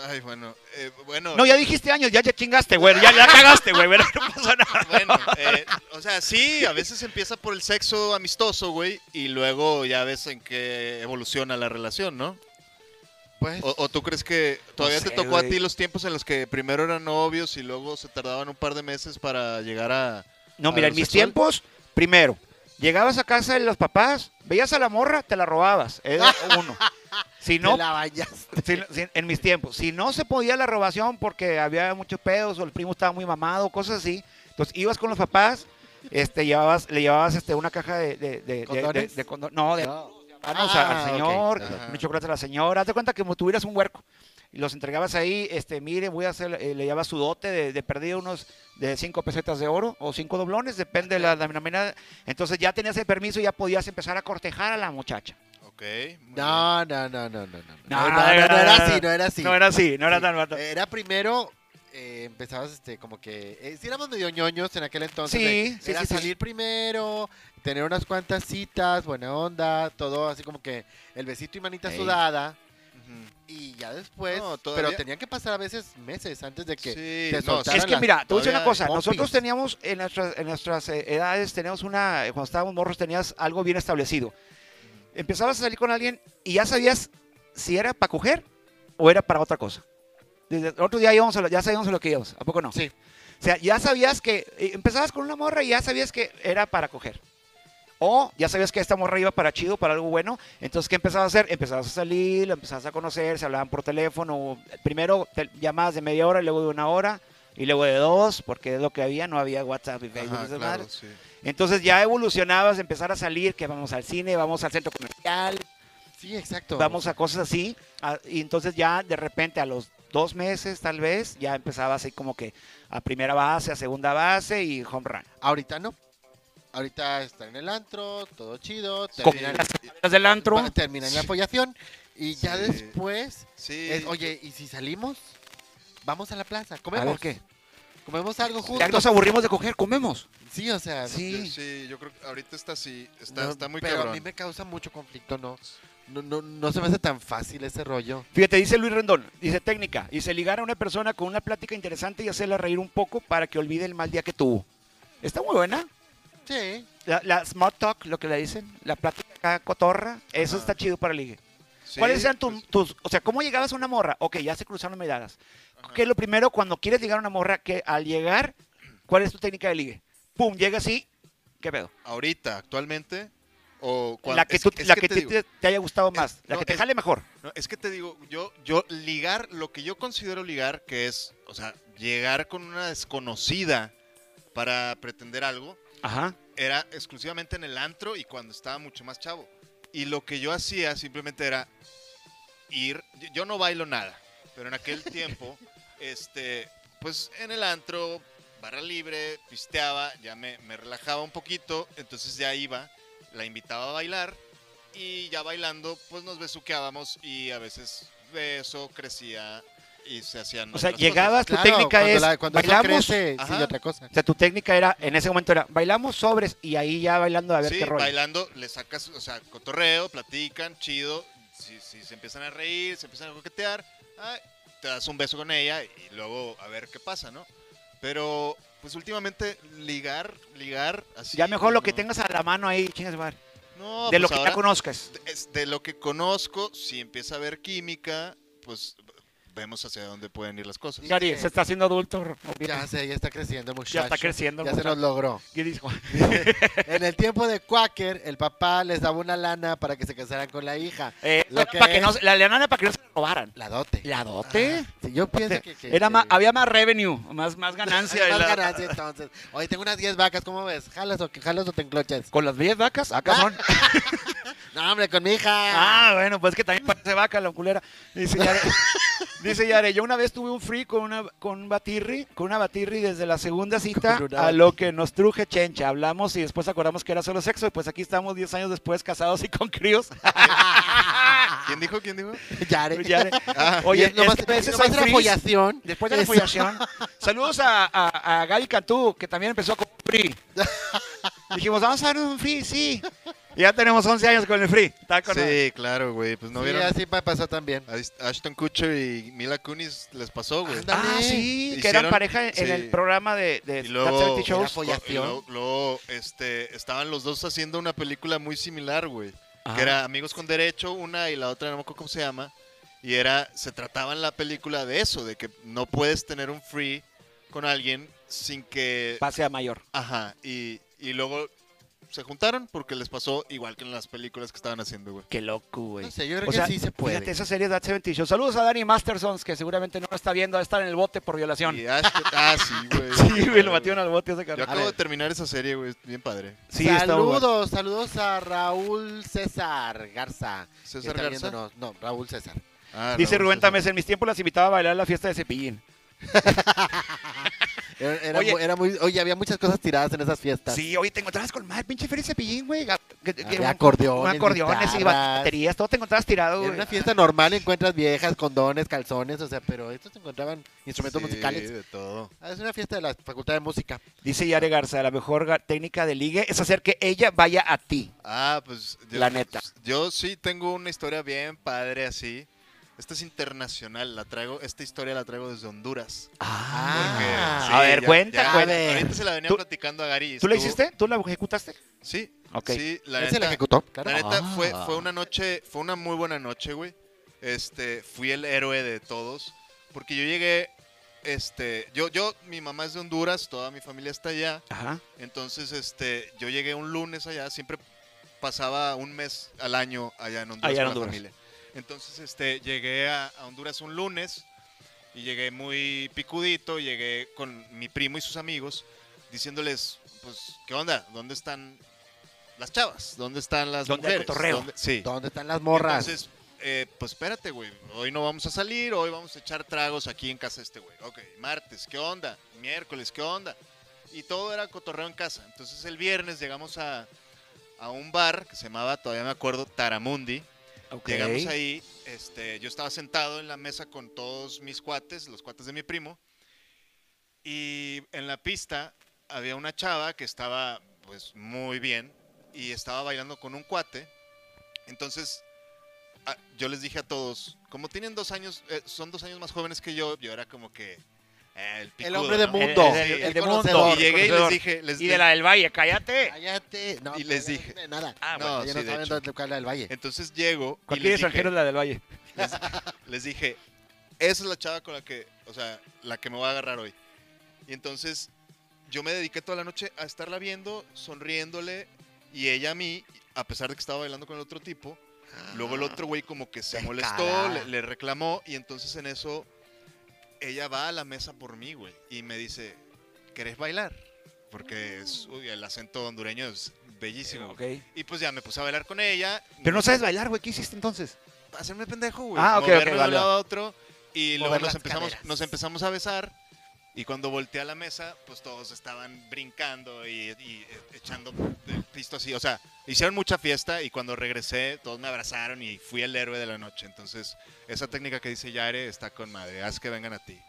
C: Ay, bueno, eh, bueno...
A: no, ya dijiste años, ya, ya chingaste, güey. Ya, ya cagaste, güey. pero No pasa nada.
C: Bueno, eh, o sea, sí, a veces empieza por el sexo amistoso, güey, y luego ya ves en qué evoluciona la relación, ¿no?
B: Pues
C: ¿O, o tú crees que todavía
A: sé,
C: te tocó a
A: güey.
C: ti los tiempos en los que primero eran novios y luego se tardaban un par de meses para llegar a...
A: No, mira, en mis
C: Aerosexual.
A: tiempos, primero, llegabas a casa de los papás, veías a la morra, te la robabas. Era uno. Si no,
B: te la vayas.
A: si no- si- en mis tiempos, si no se podía la robación porque había muchos pedos o el primo estaba muy mamado, cosas así, entonces ibas con los papás, este, llevabas, le llevabas este, una caja de, de, de- de-
B: ¿Condones?
A: de- de condo- no, de regalos
B: Ah,
A: a- al señor,
B: ok.
C: Ajá.
A: un chocolate a la señora. Haz de cuenta que como tuvieras un huerco. Y los entregabas ahí, este, mire, voy a hacer, eh, le llevaba su dote de, de perdido unos de cinco pesetas de oro o cinco doblones, depende de la denominada. Entonces ya tenías el permiso y ya podías empezar a cortejar a la muchacha.
C: Ok. muy bien.
B: No, no, no, no, no, no.
A: No, no,
B: No, no, no, no
A: no,
B: era
A: no,
B: así, no era así.
A: No era así, no era
B: Sí.
A: tan vato.
B: Era primero, eh, empezabas este, como que. eh, si éramos medio ñoños en aquel entonces.
A: Sí,
B: de-
A: sí,
B: Era
A: sí, sí.
B: salir primero, tener unas cuantas citas, buena onda, todo así como que el besito y manita
A: Ey.
B: sudada.
C: Ujú.
B: Y ya después.
C: No, todavía-
B: pero tenían que pasar a veces meses antes de que.
C: Sí,
B: te
C: no,
B: soltaran
C: sí,
A: Es que
B: las-
A: mira, te voy a decir una
C: todavía
A: cosa.
B: hay
A: Nosotros
B: compis.
A: teníamos en nuestras, en nuestras eh, edades, teníamos una, eh, cuando estábamos morros, tenías algo bien establecido. Empezabas a salir con alguien y ya sabías si era para coger o era para otra cosa. Desde el otro día íbamos a lo- ya sabíamos a lo que íbamos, ¿a poco no?
B: Sí.
A: O sea, ya sabías que eh, empezabas con una morra y ya sabías que era para coger. O ya sabías que esta morra iba para chido, para algo bueno. Entonces, ¿qué empezabas a hacer? Empezabas a salir, la empezabas a conocer, se hablaban por teléfono. Primero te- llamadas de media hora, luego de una hora y luego de dos, porque es lo que había, no había WhatsApp y Facebook. y
C: Ajá,
A: esas
C: claro,
A: madres.
C: sí.
A: Entonces ya evolucionabas, empezar a salir, que vamos al cine, vamos al centro comercial,
B: Sí, exacto.
A: vamos a cosas así. a- y entonces ya de repente a los dos meses tal vez ya empezaba así como que a primera base, a segunda base y home run.
B: Ahorita no. ahorita está en el antro, todo chido,
A: Como
B: terminan,
A: las señoras del antro.
B: pa- terminan la follación y ya
C: Sí.
B: después
C: Sí.
B: es, oye, ¿y si salimos? Vamos a la plaza,
A: A
B: comemos.
A: ver qué.
B: Comemos algo
A: Ya
B: juntos.
A: nos aburrimos de coger, comemos.
B: Sí, o sea,
C: Yo-
A: Sí.
C: sí, yo creo que ahorita está así. Está,
B: no,
C: está muy
B: pero
C: cabrón.
B: a mí me causa mucho conflicto, no. No, no, no se me hace tan fácil ese rollo.
A: Fíjate, dice Luis Rendón, dice técnica, dice ligar a una persona con una plática interesante y hacerla reír un poco para que olvide el mal día que tuvo. Está muy buena.
B: Sí.
A: La, la small talk, lo que le dicen, la plática acá cotorra, eso
C: Ajá.
A: está chido para ligue.
C: Sí,
A: ¿Cuáles eran tu-
C: pues,
A: tus, o sea, cómo llegabas a una morra? Ok, ya se cruzaron miradas.
C: ajá.
A: ¿Qué es lo primero cuando quieres llegar a una morra que al llegar, cuál es tu técnica de ligue? Pum, llega así, ¿qué pedo?
C: Ahorita, actualmente. O cuan-
A: La que,
C: es-
A: tú-
C: es
A: la
C: que
A: que
C: te
A: te,
C: digo-
A: te- te haya gustado más, la
C: no,
A: que te
C: es-
A: jale mejor.
C: No, es que te digo, yo, yo ligar, lo que yo considero ligar, que es, o sea, llegar con una desconocida para pretender algo,
A: Ajá.
C: era exclusivamente en el antro y cuando estaba mucho más chavo. Y lo que yo hacía simplemente era ir, yo- yo no bailo nada, pero en aquel tiempo, este, pues en el antro, barra libre, pisteaba, ya me, me relajaba un poquito, entonces ya iba, la invitaba a bailar y ya bailando, pues nos besuqueábamos y a veces de eso crecía y se hacían...
A: O sea,
C: otras cosas.
A: llegabas, tu
B: Claro,
A: técnica
B: cuando
A: es,
B: la- cuando eso
A: bailamos,
B: crece, sí,
C: ajá.
B: otra cosa.
A: O sea, tu técnica era, en ese momento era, bailamos sobres y ahí ya bailando a ver
C: sí,
A: qué rollo.
C: bailando, le sacas, o sea, cotorreo, platican, chido. Si, si se empiezan a reír, se empiezan a coquetear, ay, te das un beso con ella y luego a ver qué pasa, ¿no? Pero, pues últimamente, ligar, ligar, así.
A: ya mejor lo que
C: no.
A: tengas a la mano ahí, chingas madre.
C: No,
A: de
C: pues
A: lo que
C: ahora,
A: ya conozcas.
C: es De lo que conozco, si empieza a haber química, pues vemos hacia dónde pueden ir las cosas.
A: Gary, se está haciendo adulto.
B: Ya sé, ya está creciendo el muchacho.
A: Ya está creciendo el
B: Ya se nos
A: muchacho.
B: logró.
A: ¿Qué dijo?
B: En el tiempo de Quaker, el papá les daba una lana para que se casaran con la hija.
A: Eh,
B: Lo
A: era
B: que
A: pa' que
B: es-
A: no, la leonana para que no se la robaran.
B: La dote.
A: ¿La dote?
B: Sí, yo pienso que, que-
A: Era más,
B: que-
A: había más revenue, más, más ganancia.
B: Hay
A: de
B: Este, más
A: la-
B: ganancia, entonces. Oye, tengo unas 10 vacas, ¿cómo ves? ¿Jalas o, que- jalas o te enclochas?
A: Con las 10 vacas, ah, cabrón.
B: No, hombre, con mi hija. (laughs)
A: Ah, bueno, pues que también parece vaca la culera. Dice Yare, dice Yare, yo una vez tuve un free con una con un batirri, con una batirri desde la segunda cita
B: Con una
A: a lo que nos truje chencha. Hablamos y después acordamos que era solo sexo y pues aquí estamos 10 años después casados y con
B: (laughs)
A: críos. Pues
C: ¿Quién dijo? ¿Quién
A: (laughs)
C: dijo?
B: Yare.
A: Yare,
C: Ah,
A: Oye,
B: Y es nomás,
A: es que a veces
B: nomás
A: hay
B: era
A: frizz.
B: follación.
A: después de la
B: Eso.
A: follación, saludos a, a, a Gaby Cantú, que también empezó con free. (laughs) Dijimos, vamos a dar un free, sí. Y ya tenemos 11 años con el free. Está con
C: sí, claro, güey. Pues no
B: sí,
C: vieron. Ah,
B: así pa- pasó también.
C: A Ashton Kutcher y Mila Kunis les pasó, güey.
B: Ándale.
A: Ah,
B: Dale.
A: sí, que eran
C: Hicieron-
A: pareja en
C: sí.
A: el programa de, de
C: y
A: That
C: luego,
A: 70 Shows.
B: Era follación.
C: y luego, luego, este, estaban los dos haciendo una película muy similar, güey.
A: Ajá.
C: Que era Amigos con Derecho, una y la otra, no me acuerdo cómo se llama. Y era, se trataba en la película de eso, de que no puedes tener un free con alguien sin que...
A: pase a mayor.
C: Ajá, y, y luego se juntaron porque les pasó igual que en las películas que estaban haciendo, güey.
A: Qué loco, güey.
B: No sé, yo creo
A: O
B: que
A: sea,
B: sí se puede.
A: Fíjate, esa serie de That 70 Show. Saludos a Dani Mastersons, que seguramente no lo está viendo, va a estar en el bote por violación.
C: Y Ashton- ah,
B: (laughs)
C: sí, güey.
A: (laughs) Sí, güey, lo batieron al bote ese
C: Yo
A: cabrón.
C: acabo
B: A
C: de
B: ver.
C: terminar esa serie, güey, bien padre.
A: Sí, está muy bueno.
B: saludos, saludos a Raúl César Garza. que
C: César
B: está
C: Garza.
B: viéndonos. No, Raúl César.
C: Ah,
A: Dice
C: Raúl
A: Rubén
C: César.
A: Tamés, en mis tiempos las invitaba a bailar a la fiesta de Cepillín.
B: Era, era
A: Oye.
B: mu- era muy, oye, había muchas cosas tiradas en esas fiestas.
A: Sí, oye, te encontrabas con más pinche Félix Cepillín, güey. Ga- que- que-
B: Había acordeones,
A: un acordeones y
B: guitarras.
A: baterías, todo te encontrabas tirado,
B: En
A: güey.
B: una fiesta normal encuentras viejas, condones, calzones, o sea, pero estos encontraban instrumentos
C: Sí,
B: musicales.
C: de todo.
B: Ah, Es una fiesta de la Facultad de Música.
A: Dice Yare Garza, la mejor ga- técnica de ligue es hacer que ella vaya a ti.
C: Ah, pues.
A: La neta.
C: Yo sí tengo una historia bien padre así. Esta es internacional, la traigo, esta historia la traigo desde Honduras. porque,
B: Ah,
C: sí,
A: a ver,
C: ya-
A: cuenta,
C: ya-
A: cuenta.
C: Ahorita se la venía
A: ¿Tú-
C: platicando a Gary.
A: ¿Tú la
C: estuvo-
A: hiciste? ¿Tú la ejecutaste?
C: Sí.
A: Ok.
C: Sí, la
B: ¿Él se la
C: neta,
B: ejecutó?
C: la neta
A: Ah.
C: fue, fue una noche, fue una muy buena noche, güey. Este, fui el héroe de todos. Porque yo llegué, este, yo, yo, mi mamá es de Honduras, toda mi familia está allá.
A: Ajá.
C: Entonces, este, yo llegué un lunes allá, siempre pasaba un mes al año allá en Honduras
A: Allá en
C: con la
A: Honduras.
C: familia. Entonces, este, llegué a, a Honduras un lunes y llegué muy picudito, llegué con mi primo y sus amigos diciéndoles, pues, ¿qué onda? ¿Dónde están las chavas? ¿Dónde están las
A: ¿Dónde hay
C: mujeres?
A: cotorreo?
C: Sí.
B: ¿Dónde están las morras?
C: Entonces, eh, pues espérate, güey. Hoy no vamos a salir, hoy vamos a echar tragos aquí en casa de este güey. Ok, martes, ¿qué onda? Miércoles, ¿qué onda? y todo era cotorreo en casa. Entonces el viernes llegamos a, a un bar que se llamaba, todavía me acuerdo, Taramundi.
A: Ok.
C: Llegamos ahí, este, yo estaba sentado en la mesa con todos mis cuates, los cuates de mi primo, y en la pista había una chava que estaba pues muy bien y estaba bailando con un cuate. Entonces a- yo les dije a todos, como tienen dos años, eh, son dos años más jóvenes que yo, yo era como que eh, el,
B: El
C: picudo,
B: hombre de
C: ¿no?
B: mundo.
A: El- el- el de mundo.
B: conocedor.
C: Y llegué y les
A: conocedor.
C: dije, les
A: Y de la del Valle, cállate.
B: Cállate. No,
C: Y les
B: todavía no
C: dije-
B: tiene Nada.
A: Ah,
C: No,
A: bueno.
B: ya
C: sí,
B: no
C: de
B: saben
C: hecho.
B: dónde habla del valle.
C: entonces llego y
A: Cualquier
C: les dije,
A: extranjero es la del Valle.
C: les dije, esa es la chava con la que, o sea, la que me voy a agarrar hoy. Y entonces yo me dediqué toda la noche a estarla viendo, sonriéndole, y ella a mí, a pesar de que estaba bailando con el otro tipo. Luego
A: Ah,
C: el otro güey como que se molestó,
B: Descarada.
C: le, le reclamó, y entonces en eso ella va a la mesa por mí, güey, y me dice, ¿querés bailar? Porque es- uy, el acento hondureño es bellísimo. güey.
A: Ok.
C: Y pues ya me puse a bailar con ella.
A: Pero no sabes bailar, güey. ¿Qué hiciste entonces?
C: hacerme pendejo, güey.
A: Ah, ok, ok,
C: Moverme de un
A: vale.
C: lado a otro. Y luego
B: Mover
C: nos
B: las
C: empezamos,
B: caderas.
C: nos empezamos a besar. Y cuando volteé a la mesa, pues todos estaban brincando y, y eh, echando el pisto así. O sea, hicieron mucha fiesta y cuando regresé, todos me abrazaron y fui el héroe de la noche. Entonces, esa técnica que dice Yare está con madre. Haz que vengan a ti.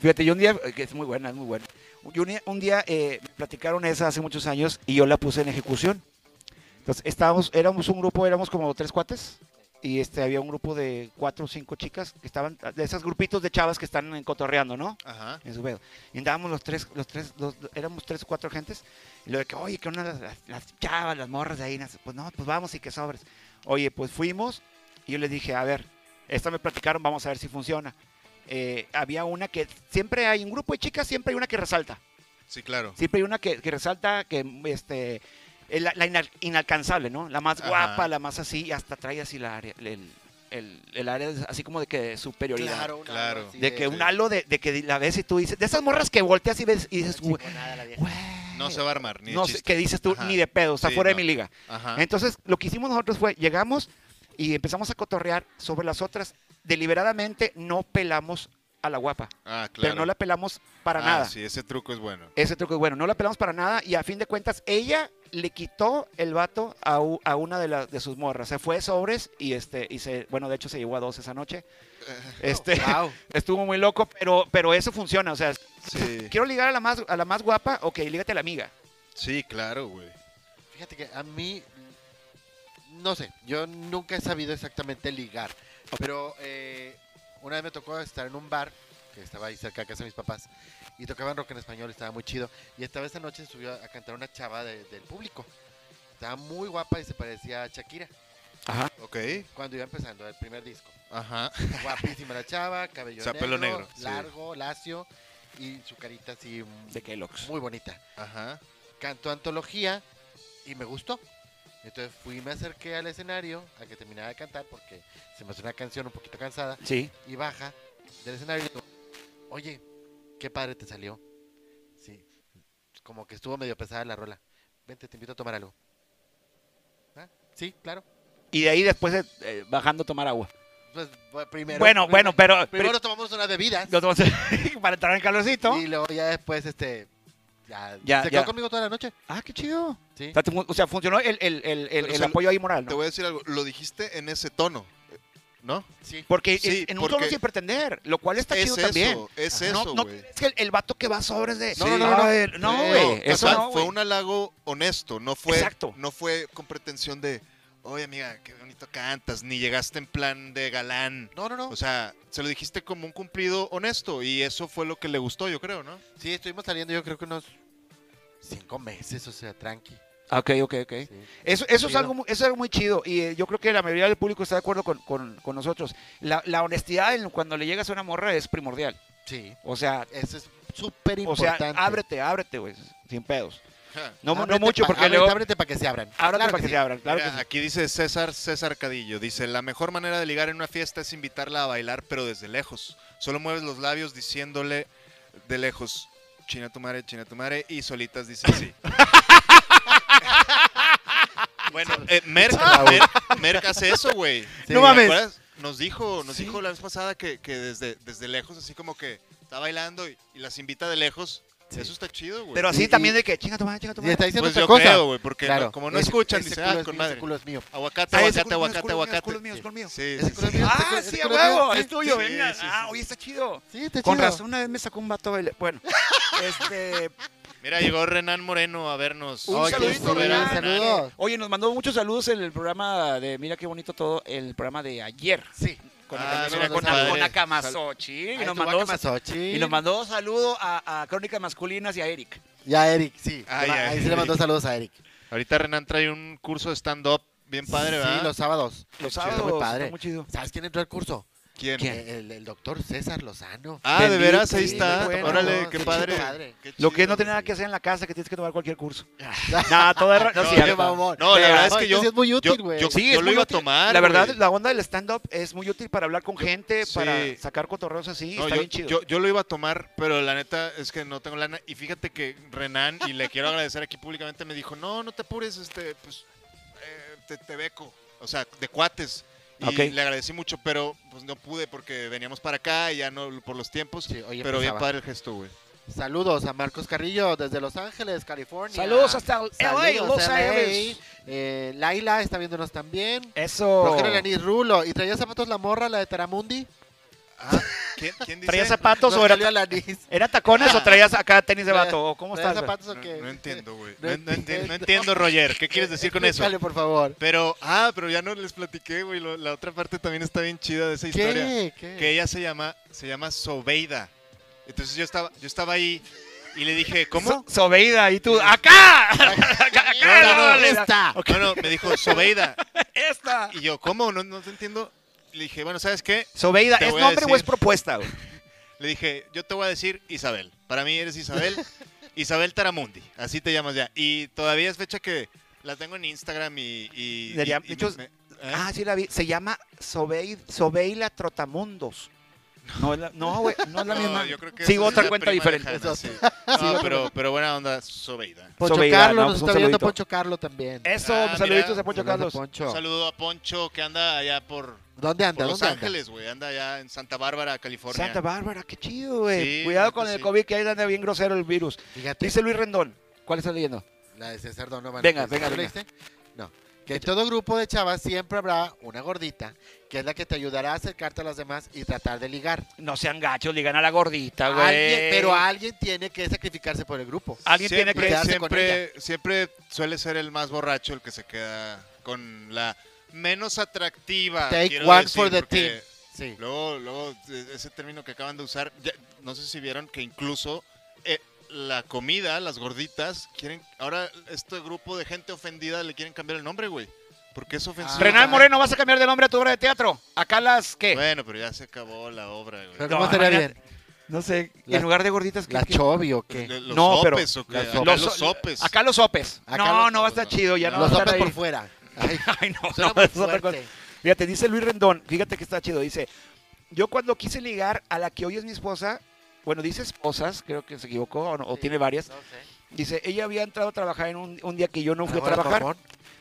A: Fíjate, yo un día, eh, que es muy buena, es muy buena. Yo un día, un día, eh, me platicaron esa hace muchos años y yo la puse en ejecución. Entonces, estábamos, éramos un grupo, éramos como tres cuates y este, había un grupo de cuatro o cinco chicas que estaban, de esos grupitos de chavas que están eh, cotorreando, ¿no?
C: Ajá.
A: en su pedo. Y andábamos los tres, los tres, los- los- éramos tres o cuatro gentes. Y lo de que, oye, que una las, las- las chavas, las morras de ahí, nas- pues no, pues vamos y que sobres. Oye, pues fuimos y yo les dije, a ver, esta me platicaron, vamos a ver si funciona. Eh, había una que siempre hay un grupo de chicas, siempre hay una que resalta.
C: Sí, claro.
A: Siempre hay una que, que resalta que este eh, la, la inal- inalcanzable, ¿no? La más
C: Ajá.
A: guapa, la más así, y hasta trae así la área, el, el- el área así como de que de superioridad.
B: una
C: Claro.
B: hora así
A: De que
C: sí.
A: un halo de, de que la ves y tú dices, de esas morras que volteas y ves y dices,
B: Una
A: güey,
B: chingonada la vieja.
A: güey,
C: No se va a armar, ni de
A: no sé,
C: chiste.
A: que dices tú
C: Ajá.
A: ni de pedo, está
C: Sí,
A: fuera
C: no.
A: de mi liga.
C: Ajá.
A: Entonces, lo que hicimos nosotros fue, llegamos y empezamos a cotorrear sobre las otras. Deliberadamente no pelamos a la guapa,
C: Ah, claro.
A: pero no la pelamos para
C: Ah,
A: nada.
C: Sí, ese truco es bueno.
A: Ese truco es bueno, no la pelamos para nada y a fin de cuentas ella le quitó el vato a, u- a una de, las de sus morras. Se fue sobres y este y se bueno, de hecho se llevó a dos esa
C: (laughs)
A: noche. Este
B: Wow.
A: estuvo muy loco, pero pero eso funciona, o sea,
C: Sí,
A: quiero ligar a la más a la más guapa, ok, lígate a la amiga.
C: sí claro, güey.
B: Fíjate que a mí, no sé, yo nunca he sabido exactamente ligar, pero eh, una vez me tocó estar en un bar que estaba ahí cerca de casa de mis papás y tocaban rock en español, estaba muy chido. Y esta vez esa noche subió a cantar una chava de- del público. Estaba muy guapa y se parecía a Shakira
C: Ok.
B: cuando iba empezando el primer disco.
C: Ajá.
B: Guapísima la chava, cabello
C: O sea,
B: negro,
C: pelo negro, sí.
B: largo, lacio y su carita así
A: De Kellogg's.
B: muy bonita.
C: Ajá.
B: cantó antología y me gustó. Entonces fui y me acerqué al escenario a que terminara de cantar porque se me hace una canción un poquito cansada
A: Sí.
B: y baja del escenario y digo, oye, qué padre te salió. Sí, como que estuvo medio pesada la rola. Vente, te invito a tomar algo. ¿Ah? Sí, claro.
A: Y de ahí después eh, eh, bajando a tomar agua.
B: Pues, bu- primero,
A: bueno, bueno, pero
B: Primero tomamos unas bebidas
A: pero- (laughs) los dos- para entrar en calorcito.
B: y luego ya después, este, ya,
A: Ya,
B: se quedó
A: ya.
B: conmigo toda la noche.
A: Ah, qué chido.
B: Sí.
A: O sea, tu- o sea, funcionó el, el- el- el-
C: O
A: el
C: sea,
A: apoyo ahí moral,
C: Te
A: ¿no?
C: voy a decir algo. Lo dijiste en ese tono, ¿no?
B: Sí.
A: Porque
C: Sí,
A: en- en un
C: porque-
A: tono sin pretender, lo cual está
C: es
A: chido
C: eso,
A: también.
C: Es
A: Ajá.
C: eso,
A: no, no,
C: güey.
A: es que el, el vato que va sobre es de.
C: No, no, no, no.
A: Ay, no,
B: Sí.
A: güey.
B: No,
A: eso
C: Total,
A: no.
C: fue
A: güey.
C: un halago honesto, no fue,
A: Exacto.
C: no fue con pretensión de, oye amiga, qué bonito cantas, ni llegaste en plan de galán.
B: No, no, no.
A: Pues-
C: O sea, se lo dijiste como un cumplido honesto y eso fue lo que le gustó, yo creo, ¿no?
B: Sí, estuvimos saliendo yo creo que unos cinco meses, o sea, tranqui.
A: Ah, Ok, ok, ok.
B: Sí.
A: Eso, eso, es
B: Chido.
A: algo, mu- eso es algo muy chido y eh, yo creo que la mayoría del público está de acuerdo con, con- con nosotros. La, la honestidad en- cuando le llegas a una morra es primordial.
B: Sí,
A: O sea,
B: eso es súper
A: o sea
B: importante.
A: ábrete, ábrete, güey, sin pedos.
C: Ja.
A: No, mu- no
B: Ábrete
A: mucho
B: pa-
A: porque
B: ábrete,
A: luego... Ábrete,
B: Ábrete para que se abran. Claro
A: para que,
B: sí.
A: se abran, claro
C: Mira,
A: que sí.
C: Aquí dice César César Cadillo, dice, la mejor manera de ligar en una fiesta es invitarla a bailar, pero desde lejos. Solo mueves los labios diciéndole de lejos, china tu madre, china tu madre, y solitas dicen
B: (laughs)
C: sí. bueno, eh, Merck, Merck- Merck hace eso, güey.
B: Sí,
C: ¿Te
B: no mames.
C: acuerdas? Nos dijo, nos
A: Sí.
C: dijo la vez pasada que, que desde, desde lejos, así como que está bailando y, y las invita de lejos. Eso está chido, güey.
A: Pero así
B: Y-
A: también
B: y-
A: de que, chinga tu madre, chinga tu
B: Y le
A: madre.
B: está diciendo
C: Pues
B: otra
C: yo
B: cosa.
C: creo, güey, porque
B: Claro.
C: no- como no
B: Ese-
C: escuchan,
B: ese
C: dice,
B: culo
C: ah,
B: es
C: con
B: mío,
C: madre.
B: Ese culo es mío.
C: Aguacate,
A: Ah, ese
C: aguacate,
A: culo es mío,
C: aguacate,
A: ese
C: aguacate.
A: culo es mío, ese culo es mío, ese culo es mío.
C: Sí,
B: Ese
C: sí,
B: culo es
C: sí.
B: mío.
A: Ah,
B: ese
A: sí, a
B: este culo es mío,
A: huevo,
B: sí.
A: es tuyo,
C: Sí,
A: venga.
C: sí,
A: Ah,
C: sí.
A: oye, está chido.
B: Sí, está
A: Con
B: chido.
A: razón, una vez me sacó un vato a bailar.
B: (laughs)
A: Bueno, este.
C: Mira, llegó Renan Moreno a vernos.
A: Un
B: Ay, qué
A: saludito,
B: gusto,
A: Renan.
B: Saludos.
A: Oye, nos mandó muchos saludos en el programa de Mira qué bonito todo, el programa de ayer.
B: Sí.
A: Con,
C: Ah,
A: el,
B: mira,
A: con,
B: compadre.
A: con Akamazochi.
B: Ahí
A: Y nos
B: estuvo
A: mandó,
B: Akamazochi.
A: y nos mandó un saludo a, a Crónicas Masculinas y a Eric.
B: Ya Eric, sí.
C: Ah,
B: Le-
C: ya,
B: ahí se le mandó
C: Eric.
B: saludos a Eric.
C: Ahorita Renan trae un curso de stand-up bien padre, ¿verdad?
B: Sí, los sábados.
A: Los
B: chido.
A: sábados.
B: Muy padre.
A: está muy chido.
B: ¿Sabes quién entró al curso?
C: ¿Quién?
A: ¿Quién?
B: Eh, El, el doctor César Lozano.
C: Ah, de
A: Bendito,
C: veras, ahí
A: sí,
C: está.
A: bueno,
C: Órale,
B: no,
C: qué
B: sí,
C: padre.
B: padre.
C: Qué
A: Lo que es
C: chido.
A: no tener nada que hacer en la casa, que tienes que tomar cualquier (laughs) curso. Nada, todo es ra- no,
C: No,
A: sí,
C: yo-
A: ya
B: Qué
A: está.
B: mamón.
C: No, la
B: Pero,
C: verdad es que
B: esto
C: yo-
B: sí es muy útil,
C: yo-
B: güey.
C: yo-
A: Sí,
C: Yo
A: es
C: lo
A: muy
C: iba a
A: útil.
C: tomar,
A: La verdad,
C: güey.
A: la onda del stand-up es muy útil para hablar con gente,
C: sí.
A: para sacar cotorreos así.
C: No,
A: está
C: yo,
A: bien chido.
C: yo- yo lo iba a tomar, pero la neta es que no tengo lana. Y fíjate que Renan, y le quiero agradecer aquí públicamente, me dijo, no, no te apures, este, pues, eh, te, te beco. O sea, de cuates. Y
A: Ok.
C: le agradecí mucho, pero pues no pude porque veníamos para acá y ya no por los tiempos.
B: Sí, hoy
C: pero bien
B: empezaba.
C: padre el gesto, güey.
B: Saludos a Marcos Carrillo desde Los Ángeles, California.
A: Saludos hasta LA,
B: Saludos,
A: Los
B: LA.
A: Ángeles. Oh.
B: Eh, Laila está viéndonos también.
A: Eso.
B: Rogelio Lanis Rulo. ¿Y traía zapatos la morra, la de Teramundi?
C: ¿Quién, quién dice?
A: ¿Traía zapatos o era,
B: Rogelio Lanis.
A: era tacones o traías acá tenis de
B: Traía-
A: vato? ¿O (laughs) ¿Cómo
B: ¿Traía
A: estás? güey?
B: zapatos
C: No,
B: o qué?
C: no
B: (laughs)
C: entiendo, güey.
B: No
C: No, no entiendo,
B: entiendo.
C: no entiendo, Roger. ¿Qué quieres decir
B: (laughs)
C: con eso?
B: Explícale, por favor.
C: Pero, ah, pero ya no les platiqué, güey. lo- La otra parte también está bien chida de esa historia.
B: ¿Qué? ¿Qué?
C: que ella se llama se llama Sobeida. Entonces yo estaba yo estaba ahí y le dije, ¿cómo?
A: So- Sobeida, y tú, ¡acá! (laughs) ¡Acá!
C: No, no, no,
A: dale,
B: esta.
A: da-
C: No, no, me dijo Sobeida.
A: ¡Esta!
C: Y yo, ¿cómo? No, no te entiendo. Le dije, bueno, ¿sabes qué?
A: Sobeida,
C: Te
A: ¿es
C: voy a
A: nombre o
C: decir.
A: es propuesta? güey?
C: Le dije, yo te voy a decir Isabel. Para mí
A: (laughs)
C: eres Isabel. Isabel Taramundi. Así te llamas ya. Y todavía es fecha que la tengo en Instagram y... y,
A: Debería-
C: y- y
A: muchos-
C: me- ¿eh?
A: Ah, sí la vi. Se llama Sobeid, Sobeila Trotamundos. No, es la- no, güey, no es la
C: No,
A: misma.
C: yo creo que
A: Sigo
C: esa es
A: otra
C: la
A: cuenta
C: prima
A: diferente. (laughs)
C: lejana, sí.
B: Sí,
C: No,
B: otra
C: pero, pero buena onda, Sobeida.
B: Poncho
A: Sobeida,
B: Carlos
A: no,
B: nos
A: pues un
B: está viendo
A: saludito.
B: Poncho Carlos también.
A: Eso,
C: Ah,
A: pues,
C: mira.
A: saluditos a Poncho
B: Saludos
A: Carlos.
B: a Poncho.
C: Un saludo a Poncho que anda allá por,
B: ¿Dónde anda?
C: por Los
B: ¿Dónde anda?
C: Ángeles, güey. Anda allá en Santa Bárbara, California.
A: Santa Bárbara, qué chido, güey.
C: Sí,
A: Cuidado
C: neta,
A: con el
C: sí.
A: COVID, que ahí anda bien grosero el virus.
B: Fíjate,
A: Dice Luis Rendón. ¿Cuál está leyendo?
B: la de César Donovan.
A: Venga,
B: ¿Tú
A: venga,
B: la
A: venga.
B: leíste? No. Que en todo grupo de chavas siempre habrá una gordita, que es la que te ayudará a acercarte a las demás y tratar de ligar.
A: No sean gachos, ligan a la gordita, Ah, güey.
B: Alguien- pero alguien tiene que sacrificarse por el grupo.
A: Alguien tiene que
C: siempre,
B: quedarse con
C: siempre, siempre suele ser el más borracho el que se queda con la menos atractiva.
B: Take
C: quiero
B: one
C: decir,
B: for the
C: porque
B: team. Sí.
C: Luego, luego, e- ese término que acaban de usar, ya- no sé si vieron que incluso eh, la comida, las gorditas, quieren. Ahora, este grupo de gente ofendida le quieren cambiar el nombre, güey. Porque es ofensivo.
A: Renal Moreno, ¿vas a cambiar de nombre a tu obra de teatro? Acá las, ¿qué?
C: Bueno, pero ya se acabó la obra, güey.
B: Pero
A: No,
B: ¿cómo estaría
A: imagínate.
B: bien?
A: No sé.
B: Las-
A: en lugar de gorditas, ¿qué?
B: ¿La
A: qué?
B: Chovi o
C: Pues,
B: qué?
C: le- Los
A: No, pero-
C: sopes, ¿o qué?
B: Las
C: Acá
B: sopes.
C: Los,
A: Los so-
C: sopes.
A: Acá los sopes.
B: Acá
A: no,
B: los-
A: no va a estar chido, ya no,
B: Los
A: va a estar
B: hombres por
A: ahí.
B: fuera. Ay,
A: Ay, (laughs) no, pues,
B: suena
A: no,
B: muy
A: es otra cosa.
B: fuerte.
A: Fíjate, dice Luis Rendón, fíjate que está chido, dice, yo cuando quise ligar a la que hoy es mi esposa, bueno, dice esposas, creo que se equivocó, o, no, o
B: Sí.
A: tiene varias,
B: No sé.
A: dice, ella había entrado a trabajar en un, un día que yo no fui a
B: Ahora,
A: trabajar, (laughs)
B: mamón.